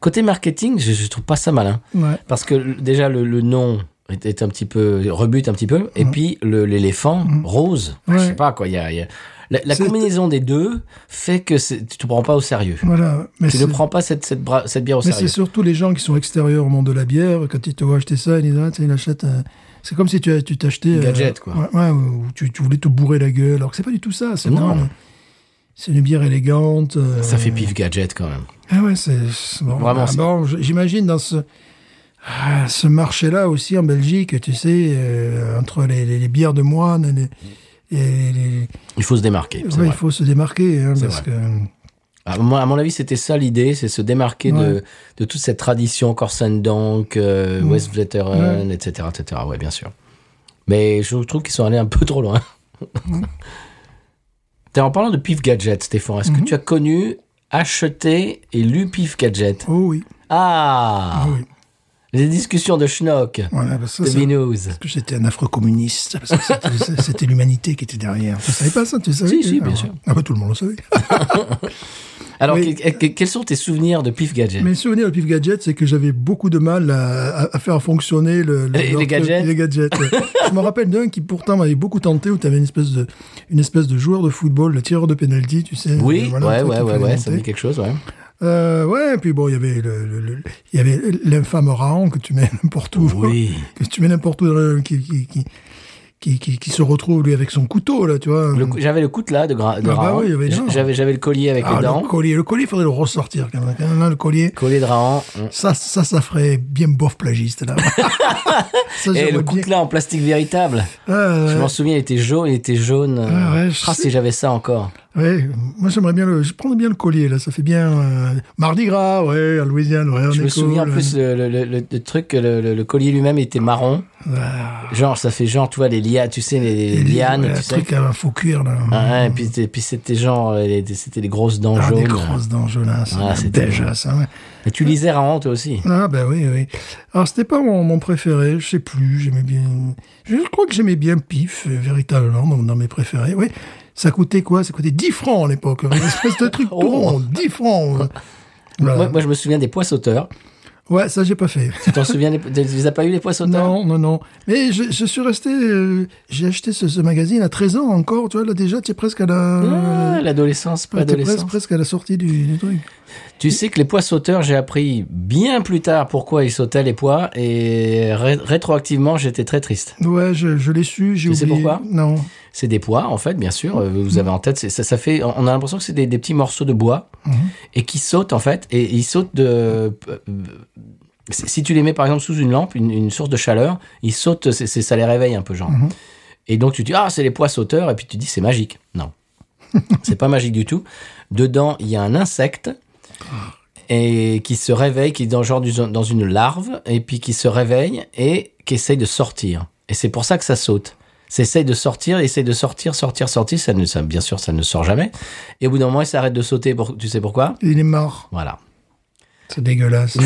Côté marketing, je, je trouve pas ça malin.
Ouais.
Parce que l- déjà, le, le nom est, est un petit peu. rebute un petit peu. Et puis, le- l'éléphant rose. Enfin, Je
Mm. Ouais.
sais pas, quoi. il Y a, il y a- La, la
C'est-
combinaison des deux fait que c'est- tu te prends pas au sérieux.
Voilà. Mais
Tu ne
c'est-
prends pas cette, cette, bra- cette bière au
mais c'est
sérieux.
surtout les gens qui sont extérieurs au monde de la bière, quand ils te voient acheter ça, ils disent Ah, tiens, il achète. un- C'est comme si tu as- tu t'achetais. euh,
Gadget, quoi.
Ouais, ouais, ou tu, tu voulais te bourrer la gueule. Alors que c'est pas du tout ça. C'est
Non.
non, C'est une bière élégante. euh,
Ça fait pif gadget quand même.
Ah ouais, c'est c'est- bon,
Vraiment,
bah,
c'est-
bon, j- j'imagine dans ce ah, ce marché-là aussi en Belgique, tu sais, euh, entre les, les- les bières de moine et les, et les-
Il faut se démarquer. c'est
ouais, il
vrai.
faut se démarquer hein,
C'est
parce
vrai.
que
À mon, Ah, à mon avis, c'était ça l'idée, c'est se démarquer de,
Ouais.
de toute cette tradition Corsendank, euh,
Mm.
West Veteran, etc., etc. Ouais, bien sûr. Mais je trouve qu'ils sont allés un peu trop loin. T'es en parlant de Pif Gadget, Stéphane.
Mm-hmm.
Est-ce que tu as connu, acheté et lu Pif Gadget
oh oui,
Ah
ah oui,
Les discussions de Schnock,
voilà, parce que
de
ça, c'est-
Binous.
parce que j'étais un afro-communiste, parce que c'était- c'était l'humanité qui était derrière. Tu savais pas ça, tu savais
Si,
tu-
si, bien
ah, ouais.
sûr.
Ah bah tout le monde le savait.
Alors,
Oui.
que- que- quels sont tes souvenirs de Pif Gadget
Mes souvenirs de Pif Gadget, c'est que j'avais beaucoup de mal à, à- à faire fonctionner le, le-
Les- les
leur truc-
gadgets
les gadgets, ouais. Je me rappelle d'un qui pourtant m'avait beaucoup tenté, où tu avais une espèce de une espèce de joueur de football, le tireur de penalty, tu sais.
Oui,
euh, voilà, un
ouais,
truc
ouais,
qu'il
ouais,
fallait
ouais, ça me
monter.
dit quelque chose, ouais.
Euh, ouais, et puis bon, il y avait le, le- le- il y avait l'infâme Raon que tu mets n'importe où,
Oui.
que tu mets n'importe où, dans le- qui, qui, qui, qui, qui- qui se retrouve lui avec son couteau là, tu vois.
Le cou- J'avais le coutelas de, gra... de
Mm. Ah bah
Raon.
oui, il y avait
J-
bien.
J'avais j'avais le collier avec
Ah,
les dents.
le collier, le collier, il faudrait le ressortir quand même. Quand même, là, le collier.
Collier de Raon.
Ça, ça, ça ferait bien bof plagiste, là. ça,
Et
j'aimerais
le
bien.
coutelas en plastique véritable.
Ah,
Je m'en souviens, il était jaune, il était jaune. euh,
Ah ouais, je
ah,
sais.
si j'avais ça encore.
ouais, moi, j'aimerais bien le, je prendrais bien le collier, là. Ça fait bien, euh, Mardi Gras, ouais, en Louisiane, ouais, on
Je
est
me souviens en
cool.
plus, le, le- le- le- le truc, le, le- le collier lui-même était marron.
Ah,
Genre, ça fait genre, tu vois, les lianes, tu sais, les, les
et les-
lianes,
ouais,
tu
un
sais.
truc à un faux cuir, là.
Ah, ouais, et puis, et puis c'était genre, euh, les- c'était les grosses dents
Ah, des
jaunes.
grosses dents jaunas,
Ah,
c'est
c'était
déjà ça. ouais.
Et tu lisais Raon, toi aussi.
Ah ben oui, oui. Alors c'était pas mon, mon préféré, je sais plus, j'aimais bien... Je crois que j'aimais bien Pif, euh, véritablement, dans, dans mes préférés, oui. Ça coûtait quoi Ça coûtait 10 francs à l'époque, une espèce de truc tout
Oh.
rond, 10 francs. Voilà.
Moi, moi, je me souviens des pois sauteurs.
Ouais, ça j'ai pas fait.
Tu t'en souviens des- Tu les as pas eu, les pois sauteurs
Non, non, non. Mais je, je suis resté. euh, j'ai acheté ce, ce magazine à 13 ans encore. Tu vois, là déjà, tu es presque à la.
Ah, L'adolescence, pas
t'es presque,
adolescence.
presque à la sortie du, du truc.
Tu sais que les pois sauteurs, j'ai appris bien plus tard pourquoi ils sautaient les pois et ré- rétroactivement, j'étais très triste.
Ouais, je, je l'ai su, j'ai
Tu sais
oublié.
pourquoi
Non.
C'est des pois, en fait, bien sûr. euh, Vous avez en tête, c'est- ça, ça fait. On a l'impression que c'est des, des petits morceaux de bois et qui sautent en fait. Et ils sautent de. euh, Si si tu les mets par exemple sous une lampe, une, une source de chaleur, ils sautent. c'est- c'est- ça les réveille un peu, genre. Et donc tu dis ah c'est les pois sauteurs et puis tu dis c'est magique. Non, c'est pas magique du tout. Dedans il y a un insecte. Et qui se réveille, qui est dans, genre du- dans une larve, et puis qui se réveille et qui essaye de sortir. Et c'est pour ça que ça saute. Ça essaye de sortir, essaye de sortir, sortir, sortir. Ça ne, ça, bien sûr, ça ne sort jamais. Et au bout d'un moment, il s'arrête de sauter. Pour, tu sais pourquoi
Il est mort.
Voilà.
C'est dégueulasse.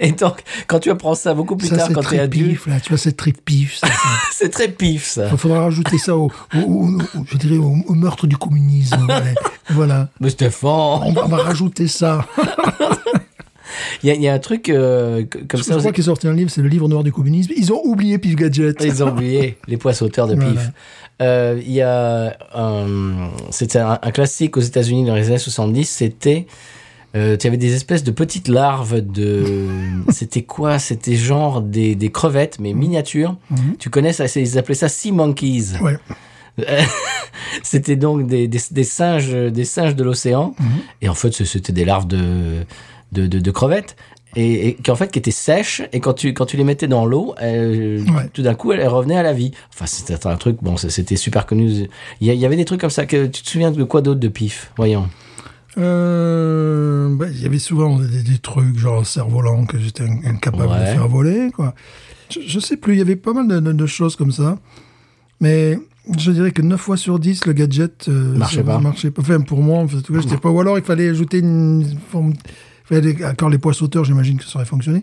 Et donc, quand tu apprends ça beaucoup plus
ça,
tard,
c'est
quand t'es
très
adulte,
pif, là. Tu vois, c'est très pif. ça.
c'est très pif, ça.
Il faudra rajouter ça au, au- au- au- je dirais au, au meurtre du communisme. ouais. Voilà.
Mais
On
Stéphane,
va, on va rajouter ça.
il y, a- il y a un truc euh, c- comme
Je
ça.
crois qu'il est sorti un livre, c'est le livre noir du communisme. Ils ont oublié Pif Gadget.
Ils ont oublié les pois sauteurs de pif.
Voilà.
Euh, Il y a un, c'était un, un classique aux États-Unis dans les années 70. C'était, euh, tu avais des espèces de petites larves de, c'était quoi C'était genre des, des crevettes mais miniatures. Tu connais ça c'est- Ils appelaient ça sea monkeys.
Ouais.
C'était donc des, des, des singes, des singes de l'océan.
Mhm.
Et en fait, ce- c'était des larves de, de, de- de crevettes. Et, et qui en fait qui étaient sèches et quand tu quand tu les mettais dans l'eau elles-
Ouais.
tout d'un coup elles revenaient à la vie enfin c'était un truc bon ça, c'était super connu il y, a- il y avait des trucs comme ça que tu te souviens de quoi d'autre de pif voyons
Euh, bah, il y avait souvent des, des trucs genre cerf-volant que j'étais in- incapable
Ouais.
de faire voler. Quoi. Je, je sais plus, il y avait pas mal de, de- de choses comme ça. Mais je dirais que 9 fois sur 10, le gadget euh,
Marchait
ça-
pas.
marchait pas. Enfin, pour moi, en fait, en tout cas, j'étais pas. Ou alors, il fallait ajouter une forme. il fallait- Encore les pois sauteurs, j'imagine que ça aurait fonctionné.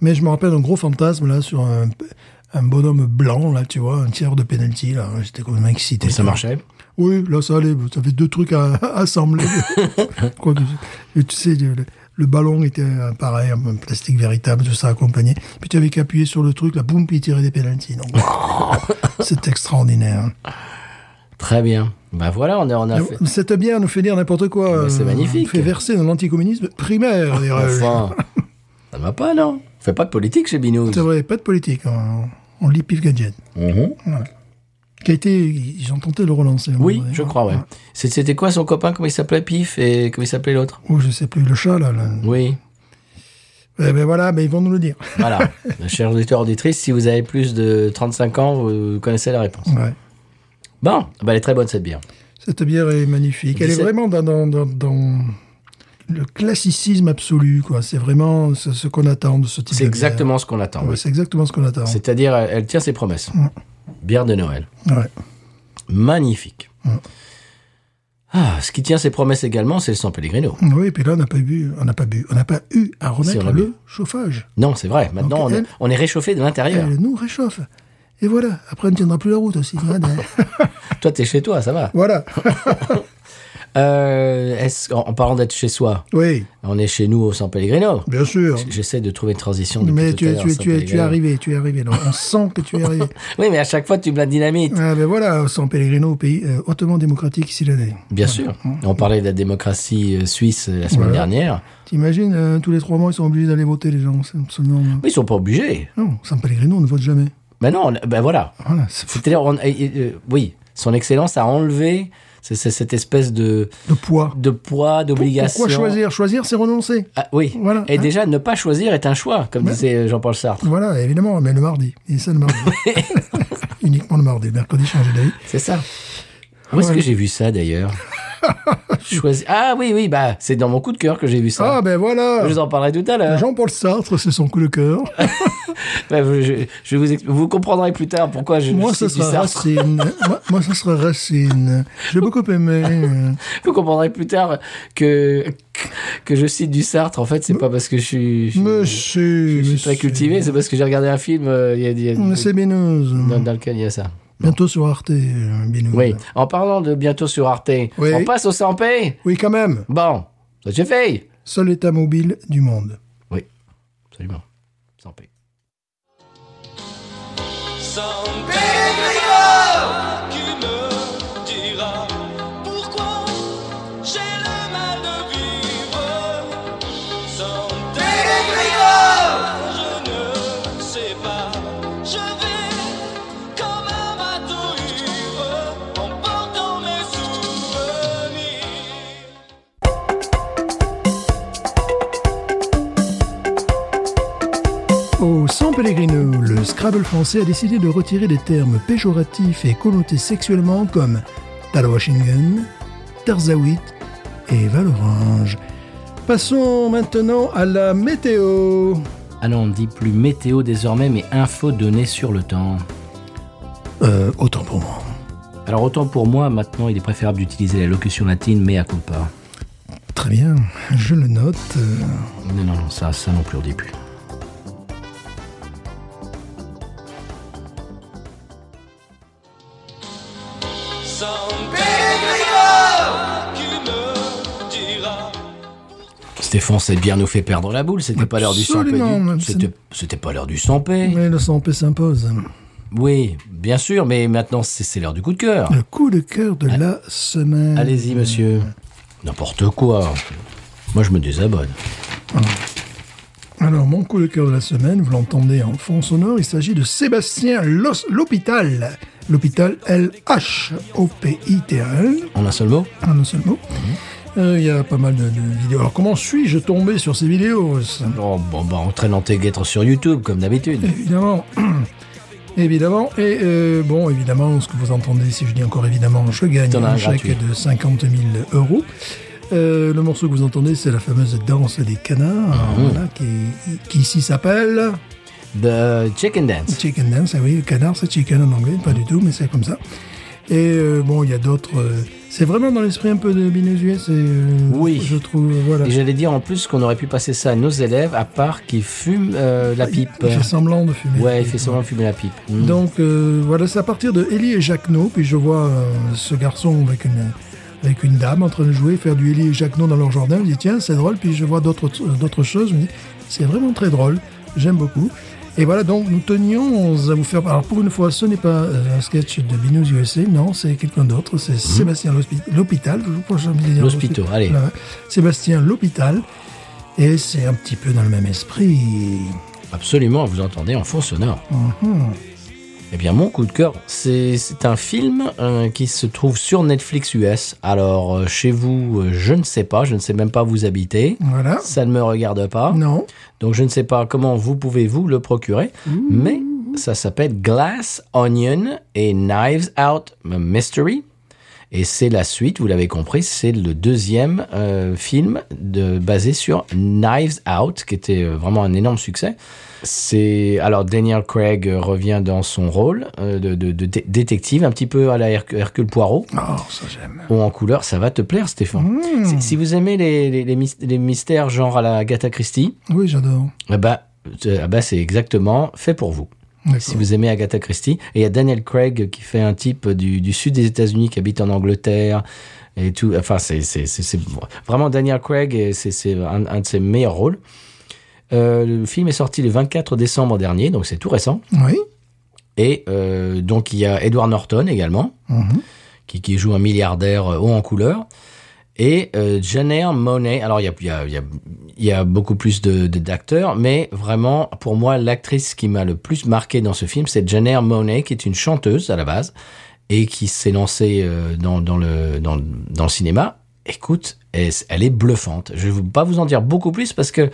Mais je me rappelle un gros fantasme là sur un, un bonhomme blanc, là, tu vois, un tireur de penalty, là. hein, J'étais complètement excité.
Ça marchait.
Oui, là, ça allait. Ça fait deux trucs à, à assembler. Quoi que- et tu sais, le, le ballon était euh, pareil, un plastique véritable, tout ça accompagné. Puis tu avais qu'à appuyer sur le truc, là, boum, puis il tirait des pénaltys. Donc, c'est extraordinaire.
Très bien. Ben voilà, on a, on a fait.
Cette bière nous fait dire n'importe quoi.
Bah, c'est
Euh,
magnifique. Ah,
Fait verser dans l'anticommunisme primaire, dirais-je.
Enfin, ça ne va pas, non Fais pas de politique chez Binous.
C'est vrai, pas de politique. On, on lit Pif Gadget.
Mhm.
Qui a été, ils ont tenté de le relancer. à un
Oui,
moment donné. hein.
je crois, ouais. C'est- C'était quoi son copain Comment il s'appelait Pif et comment il s'appelait l'autre
Ou je sais plus, le chat, là. là.
Oui.
Eh ben voilà, ben ils vont nous le dire.
Voilà. Chers auditeurs, auditrices, si vous avez plus de 35 ans, vous connaissez la réponse.
Ouais.
Bon, bah, elle est très bonne cette bière.
Cette bière est magnifique. Elle
17.
est vraiment dans, dans, dans- dans le classicisme absolu, quoi. C'est vraiment ce, ce qu'on attend de ce type
C'est
de bière. Ah
exactement ce qu'on attend.
Ouais,
oui.
c'est exactement ce qu'on attend.
C'est-à-dire, elle, elle tient ses promesses. Bière de Noël.
Ouais.
Magnifique. Ah, ce qui tient ses promesses également, c'est le San Pellegrino.
Oui, et puis là, on n'a pas bu, on n'a pas bu, on n'a pas eu à remettre
on a bu.
le chauffage.
Non, c'est vrai. Maintenant,
Donc,
on, est,
elle-
on est réchauffé de l'intérieur.
Elle nous réchauffe. Et voilà. Après, on ne tiendra plus la route aussi. Hein, d'ailleurs.
Toi, t'es chez toi, ça va.
voilà.
Euh, est-ce- en, en parlant d'être chez soi,
Oui,
on est chez nous au San Pellegrino.
bien sûr.
J'essaie de trouver une transition. depuis
Mais
tout
tu
à
es,
l'heure,
tu es,
San
tu es, tu es
Pellegrino.
arrivé, tu es arrivé. là. On sent que tu es arrivé.
Oui, mais à chaque fois, tu me la dynamite.
Ah ben voilà, San Pellegrino, pays euh, hautement démocratique ici l'année.
Bien sûr. On parlait de la démocratie euh, suisse euh, la semaine dernière.
T'imagines, euh, tous les trois mois, ils sont obligés d'aller voter, les gens. C'est absolument.
Mais ils sont pas obligés.
Non, San Pellegrino, on ne vote jamais.
Ben non, on- ben voilà.
Voilà, c'est fou
C'est-à-dire, on- euh, euh, oui, son excellence a enlevé c- c- cette espèce de,
de poids.
de poids, d'obligation.
Pourquoi choisir Choisir, c'est renoncer.
Ah, Oui.
Voilà,
Et
hein.
déjà, ne pas choisir est un choix, comme disait euh, Jean-Paul Sartre.
Voilà, évidemment, mais le mardi. Et ça, le mardi. Uniquement le mardi. Mercredi, changer d'avis.
C'est ça. Où est-ce
Ouais.
que j'ai vu ça d'ailleurs Choisi- Ah oui, oui, bah c'est dans mon coup de cœur que j'ai vu ça.
Ah, ben voilà
Je vous en parlerai tout à l'heure.
Jean-Paul Sartre, c'est son coup de cœur.
Bah, je, je vous, ex- vous comprendrez plus tard pourquoi je
moi,
c'est
ça
du
sera
Sartre.
Racine. moi, moi, ça sera Racine. J'ai beaucoup aimé. euh,
Vous comprendrez plus tard que que je cite du Sartre. En fait, c'est pas parce que je suis je,
Monsieur.
je suis
monsieur.
très cultivé, c'est parce que j'ai regardé un film euh, il y a, il y a-
Monsieur Bénoz.
dans, dans lequel il y a ça.
Bientôt sur Arte, euh, Bénoz.
Oui. En parlant de bientôt sur Arte, on passe au 100 p
Oui, quand même.
Bon, ça j'ai fait.
Seul état mobile du monde.
Absolument. 100 p
San Pellegrino, tu me diras pourquoi j'ai le mal de vivre. San Pellegrino, je ne sais pas, je vais comme un bateau ivre en portant mes souvenirs.
Au San Pellegrino, le Scrabble français a décidé de retirer des termes péjoratifs et connotés sexuellement comme Talawashingen, Tarzawit et Valorange. Passons maintenant à la météo.
Alors Ah on dit plus météo désormais, mais info donnée sur le temps.
Euh, autant pour moi.
Alors autant pour moi, maintenant il est préférable d'utiliser la locution latine mea culpa.
Très bien, je le note. Euh,
Non, non, non, ça, ça non plus au début.
San Pellegrino, tu me diras.
Stéphane, cette bière nous fait perdre la boule, c'était pas l'heure du 100
Absolument,
p. C'était, c'était pas l'heure du 100 p.
Mais le P s'impose.
Oui, bien sûr, mais maintenant c'est, c'est l'heure du coup de cœur.
Le coup de cœur de la semaine.
Allez-y, monsieur. N'importe quoi. Moi, je me désabonne.
Alors, mon coup de cœur de la semaine, vous l'entendez en fond sonore, il s'agit de Sébastien Los- L'Hôpital. L'Hôpital L-H-O-P-I-T-A-L,
En un seul mot
en un seul mot.
Mhm.
Euh, Il y a pas mal de, de vidéos. Alors, comment suis-je tombé sur ces vidéos ça
Oh, bon, bah, on traîne en guêtres sur YouTube, comme d'habitude.
Évidemment. Évidemment, et euh, bon, évidemment, ce que vous entendez, si je dis encore évidemment, je gagne
T'en as un
un chèque
gratuit.
de 50 000 euros. Euh, le morceau que vous entendez, c'est la fameuse danse des
Ah,
canards, voilà, qui, qui ici s'appelle.
The Chicken Dance.
Chicken Dance, ah oui, le canard c'est chicken en anglais, pas du tout, mais c'est comme ça. Et euh, bon, il y a d'autres. euh, C'est vraiment dans l'esprit un peu de Binous US. et, euh,
Oui.
Je trouve, euh, voilà.
Et j'allais dire en plus qu'on aurait pu passer ça à nos élèves, à part qu'ils fument euh, la pipe.
Il fait semblant de fumer.
Ouais, il fait semblant de fumer la pipe. Mm.
Donc euh, voilà, c'est à partir de Ellie et Jacquenot, puis je vois euh, ce garçon avec une, avec une dame en train de jouer, faire du Ellie et Jacquenot dans leur jardin. Je dis tiens, c'est drôle, puis je vois d'autres euh, d'autres choses. Je me dis c'est vraiment très drôle, j'aime beaucoup. Et voilà, donc nous tenions à vous faire. Alors pour une fois, ce n'est pas euh, un sketch de Binous USA, non, c'est quelqu'un d'autre, c'est Sébastien L'Hôpi- L'Hôpital. je crois que j'ai envie de dire
Mm. L'Hôpital,
l'Hôpital.
allez.
Voilà. Sébastien L'Hôpital. Et c'est un petit peu dans le même esprit.
Absolument, vous entendez en fond sonore. Eh bien, mon coup de cœur, c'est c'est un film euh, qui se trouve sur Netflix US. Alors, euh, chez vous, euh, je ne sais pas, je ne sais même pas où vous habitez.
Voilà.
Ça ne me regarde pas.
Mm-hmm. Non.
Donc, je ne sais pas comment vous pouvez vous le procurer. Mais ça s'appelle Glass, Onion et Knives Out Mystery. Et c'est la suite, vous l'avez compris, c'est le deuxième euh, film de, basé sur Knives Out, qui était euh, vraiment un énorme succès. C'est alors Daniel Craig euh, revient dans son rôle euh, de, de- de dé- détective, un petit peu à la Herc- Hercule Poirot
Oh, ça j'aime.
ou en couleur, ça va te plaire, Stéphane. Si, si vous aimez les, les- les mys- les mystères genre à la Agatha Christie,
Oui, j'adore.
eh ben, euh, ah ben, c'est exactement fait pour vous.
D'accord.
Si vous aimez Agatha Christie, et il y a Daniel Craig qui fait un type du, du sud des États-Unis qui habite en Angleterre et tout. Enfin, c'est c'est- c'est- c'est vraiment Daniel Craig, et c'est- c'est un, un de ses meilleurs rôles. Euh, le film est sorti le 24 décembre dernier, donc c'est tout récent.
Oui.
Et euh, donc il y a Edward Norton également, qui, qui joue un milliardaire euh, haut en couleur. Et euh, Jenner Monet, alors il y a, il y a- il y a- il y a beaucoup plus de- de- d'acteurs, mais vraiment, pour moi, l'actrice qui m'a le plus marqué dans ce film, c'est Jenner Monet, qui est une chanteuse à la base, et qui s'est lancée euh, dans, dans le, dans, dans le cinéma. Écoute, elle, elle est bluffante. Je ne vais pas vous en dire beaucoup plus parce que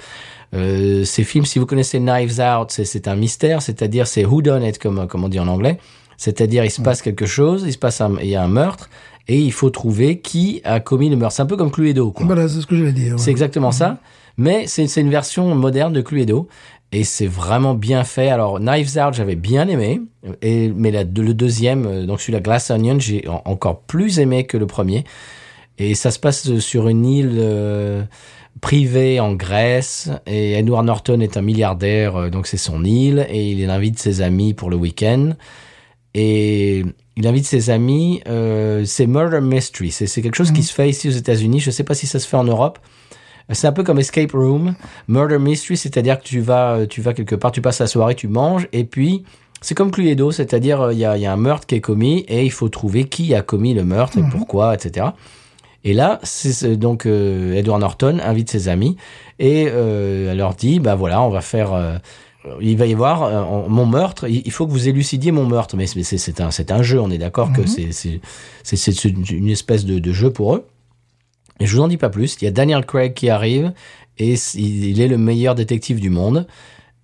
euh, ces films, si vous connaissez Knives Out, c'est- c'est un mystère, c'est-à-dire c'est who done it, comme, comme on dit en anglais. C'est-à-dire il se passe quelque chose, il se passe un, il y a un meurtre et il faut trouver qui a commis le meurtre. C'est un peu comme Cluedo. Quoi.
Voilà, c'est ce que j'allais dire.
C'est exactement ça. Mais c'est c'est une version moderne de Cluedo. Et c'est vraiment bien fait. Alors, Knives Out, j'avais bien aimé. Et, mais la- le deuxième, euh, donc celui-là, Glass Onion, j'ai en- encore plus aimé que le premier. Et ça se passe sur une île euh, privée en Grèce. Et Edward Norton est un milliardaire, euh, donc c'est son île. Et il invite ses amis pour le week-end. Et il invite ses amis. euh, c'est Murder Mystery. C'est c'est quelque chose qui se fait ici aux États-Unis. Je ne sais pas si ça se fait en Europe. C'est un peu comme Escape Room, Murder Mystery, c'est-à-dire que tu vas, euh, tu vas quelque part, tu passes la soirée, tu manges, et puis c'est comme Cluedo, c'est-à-dire euh, il y a, il y a un meurtre qui est commis et il faut trouver qui a commis le meurtre et pourquoi, etc. Et là, c'est c'est donc euh, Edward Norton invite ses amis et euh, elle leur dit, bah voilà, on va faire. euh, il va y avoir euh, en- mon meurtre. Il il faut que vous élucidiez mon meurtre, mais c'est- c'est c'est un, c'est un jeu. On est d'accord que c'est- c'est- c'est c'est une une espèce de- de jeu pour eux. Et je vous en dis pas plus. Il y a Daniel Craig qui arrive et s- il il est le meilleur détective du monde.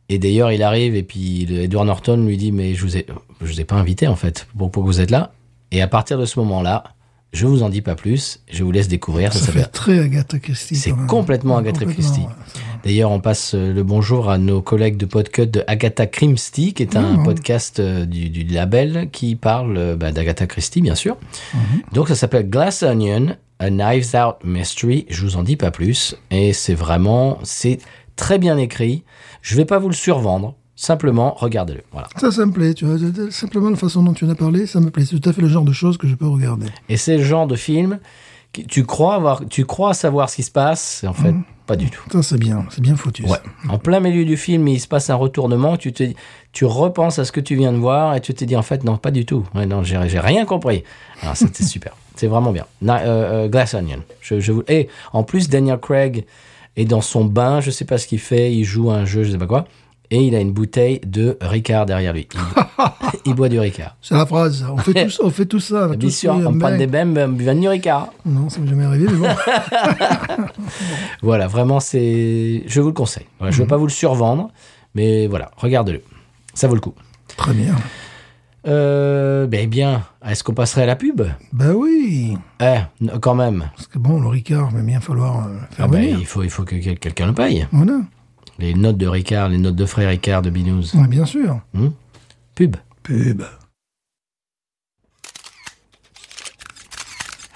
Et d'ailleurs, il arrive et puis le- Edward Norton lui dit mais je vous ai, je vous ai pas invité en fait pour, pour que vous êtes là. Et à partir de ce moment-là, je vous en dis pas plus. Je vous laisse découvrir.
Ça,
Ça
fait
s'appelle-
très Agatha Christie.
C'est
quand même.
complètement Agatha Christie.
ouais, ça va.
D'ailleurs, on passe euh, le bonjour à nos collègues de podcast de Agatha Christie, qui est un
Mhm.
podcast euh, du, du label qui parle euh, bah, d'Agatha Christie, bien sûr. Donc, ça s'appelle Glass Onion, A Knives Out Mystery. Je vous en dis pas plus. Et c'est vraiment, c'est très bien écrit. Je vais pas vous le survendre. Simplement, regardez-le. Voilà.
Ça, ça me plaît. Tu vois, de- de- simplement la façon dont tu en as parlé, ça me plaît. C'est tout à fait le genre de choses que je peux regarder.
Et c'est le genre de film que tu crois avoir, tu crois savoir ce qui se passe. En fait, pas du tout.
Ça, c'est bien. C'est bien foutu.
Ouais.
ça.
En plein milieu du film, il se passe un retournement. Tu te, tu repenses à ce que tu viens de voir et tu te dis en fait non, pas du tout. Ouais, non, j'ai j'ai rien compris. Alors c'était super. C'est vraiment bien. Na- euh, euh, Glass Onion. Je, je vous. Et en plus, Daniel Craig est dans son bain. Je sais pas ce qu'il fait. Il joue à un jeu, je sais pas quoi. Et il a une bouteille de Ricard derrière lui. Il, il boit du Ricard.
C'est la phrase. On fait tout, ça- on fait tout ça.
Bien sûr, on prend des bains, ben, buvant du Ricard.
Non, ça m'est jamais arrivé, mais bon.
Voilà, vraiment, c'est. Je vous le conseille. Voilà, Je ne veux pas vous le survendre, mais voilà, regarde-le. Ça vaut le coup.
très bien.
Euh, ben bien, est-ce qu'on passerait à la pub
Ben oui.
Eh, n- quand même.
Parce que bon, le Ricard, il va bien falloir euh, faire
Ah ben,
venir.
il faut, il faut que quel- quelqu'un le paye.
Voilà.
Les notes de Ricard, les notes de frère Ricard de Binous.
Ouais, bien sûr.
Pub.
Pub.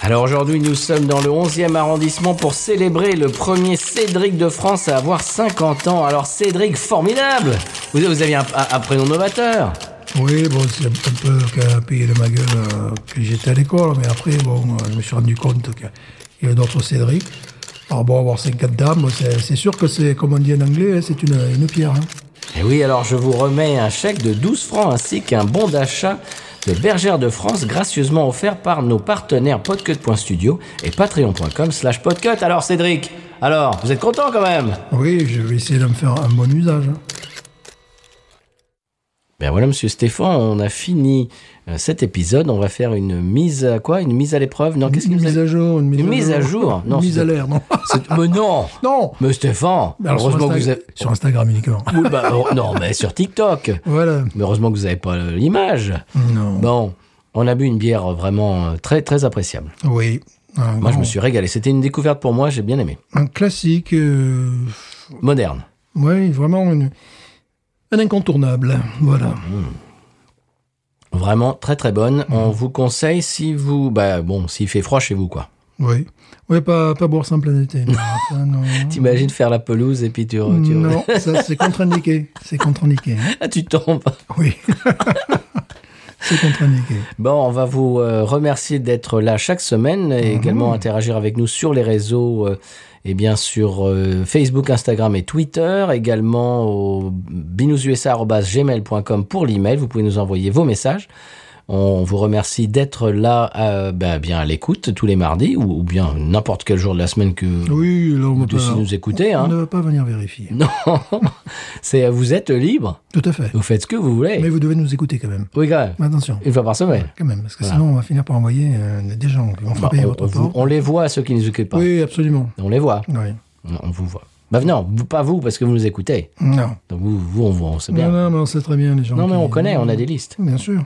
Alors aujourd'hui, nous sommes dans le 11e arrondissement pour célébrer le premier Cédric de France à avoir 50 ans. Alors Cédric, formidable Vous, vous aviez un, un- un prénom novateur
Oui, bon, c'est un peu peur qu'un pays de ma gueule euh, que j'étais à l'école, mais après, bon, euh, je me suis rendu compte qu'il y avait d'autres Cédric. Alors bon, avoir ces quatre dames, c'est c'est sûr que c'est, comme on dit en anglais, hein, c'est une, une pierre. hein.
Eh oui, alors je vous remets un chèque de 12 francs ainsi qu'un bon d'achat de Bergère de France gracieusement offert par nos partenaires podcut.studio et patreon.com slash podcut. Alors Cédric, alors, vous êtes content quand même
Oui, je vais essayer d'en faire un bon usage. hein.
Ben voilà, monsieur Stéphane, on a fini euh, cet épisode. On va faire une mise à quoi Une mise à l'épreuve Non, qu'est-ce
une
qu'il nous a
mise à jour, une mise,
Une mise à jour Non,
une mise
c'est-
à l'air, non
C'est- Mais non
Non
Mais Stéphane,
Mais alors, sur
heureusement que vous
Insta-
avez...
Sur Instagram uniquement.
Oui, bah, heure- non, mais sur TikTok.
Voilà. Bah,
Mais heureusement que vous n'avez pas euh, l'image.
Non.
Bon, on a bu une bière euh, vraiment euh, très, très appréciable.
Oui.
Moi,
Un
je
grand-
me suis régalé. C'était une découverte pour moi, j'ai bien aimé.
Un classique. euh,
Moderne.
Oui, vraiment une- un incontournable. Voilà.
Vraiment très, très bonne. On vous conseille si vous... Bah bon, s'il fait froid chez vous, quoi.
Oui. Oui, pas, pas boire sans plein été. Non, ça, non.
T'imagines faire la pelouse et puis tu... re- tu re-
Non, ça c'est contre-indiqué. C'est contre-indiqué. hein.
Ah, tu tombes
Oui. c'est contre-indiqué.
Bon, on va vous euh, remercier d'être là chaque semaine
Mhm.
et également interagir avec nous sur les réseaux euh, et bien sur euh, Facebook, Instagram et Twitter, également au binoususa@gmail.com pour l'email, vous pouvez nous envoyer vos messages. On vous remercie d'être là euh, bah, bien à l'écoute tous les mardis ou, ou bien n'importe quel jour de la semaine que
Oui, là on va
vous
pas.
nous écouter.
On
hein. Mm.
ne va pas venir vérifier.
Non, c'est euh, vous êtes libre,
Tout à fait.
vous faites ce que vous voulez.
Mais vous devez nous écouter quand même.
Oui, quand même.
Attention.
Une fois par semaine.
Quand même, parce que sinon on va finir par envoyer euh, des gens qui vont frapper à
Bah,
votre
on, vous-
porte.
on les voit ceux qui nous écoutent pas.
Oui, absolument.
On les voit.
Oui.
Non, On vous voit. Bah non, vous- pas vous, parce que vous nous écoutez.
Non.
Donc vous, vous on voit, on sait bien.
Non,
Non,
non, mais on sait très bien les gens.
mais
qui-
on connaît, on a des listes.
Bien sûr.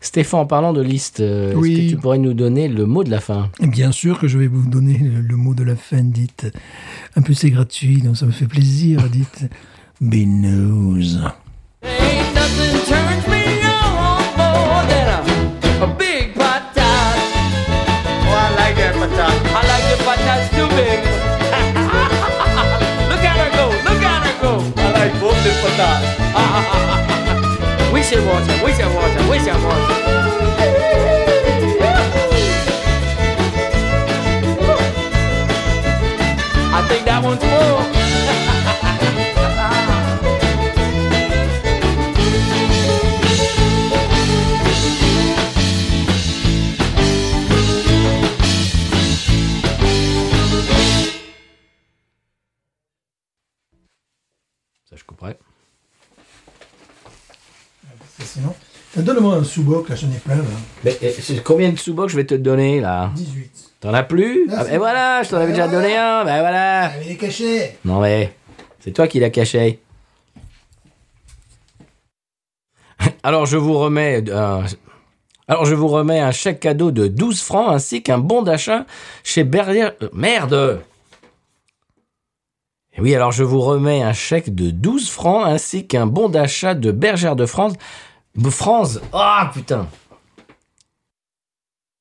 Stéphane, en parlant de listes, euh, est-ce
Oui.
que tu pourrais nous donner le mot de la fin
Bien sûr que je vais vous donner le, le mot de la fin, dites. En plus, c'est gratuit, donc ça me fait plaisir, dites. Binous.
Ain't nothing turns me on more than a, a big patat. Oh, I like that patat. I like the patats too big. look at her go, look at her go. I like both the patats. we should watch her, we should watch her, we should watch her. I think that one's full.
Ça, je couperai.
Sinon, donne-moi un sous-boc, là, j'en ai plein, là.
Mais eh, c'est combien de sous-box je vais te donner, là
18.
T'en as plus
Là,
Ah,
c'est-
ben voilà, je t'en avais
Ah,
déjà
voilà.
donné un, ben voilà
il est caché
Non mais, c'est toi qui l'as caché. Alors je vous remets un... Alors je vous remets un chèque cadeau de 12 francs ainsi qu'un bon d'achat chez Berlière... euh, Merde Et oui, alors je vous remets un chèque de 12 francs ainsi qu'un bon d'achat de Bergère de France. B- France Ah putain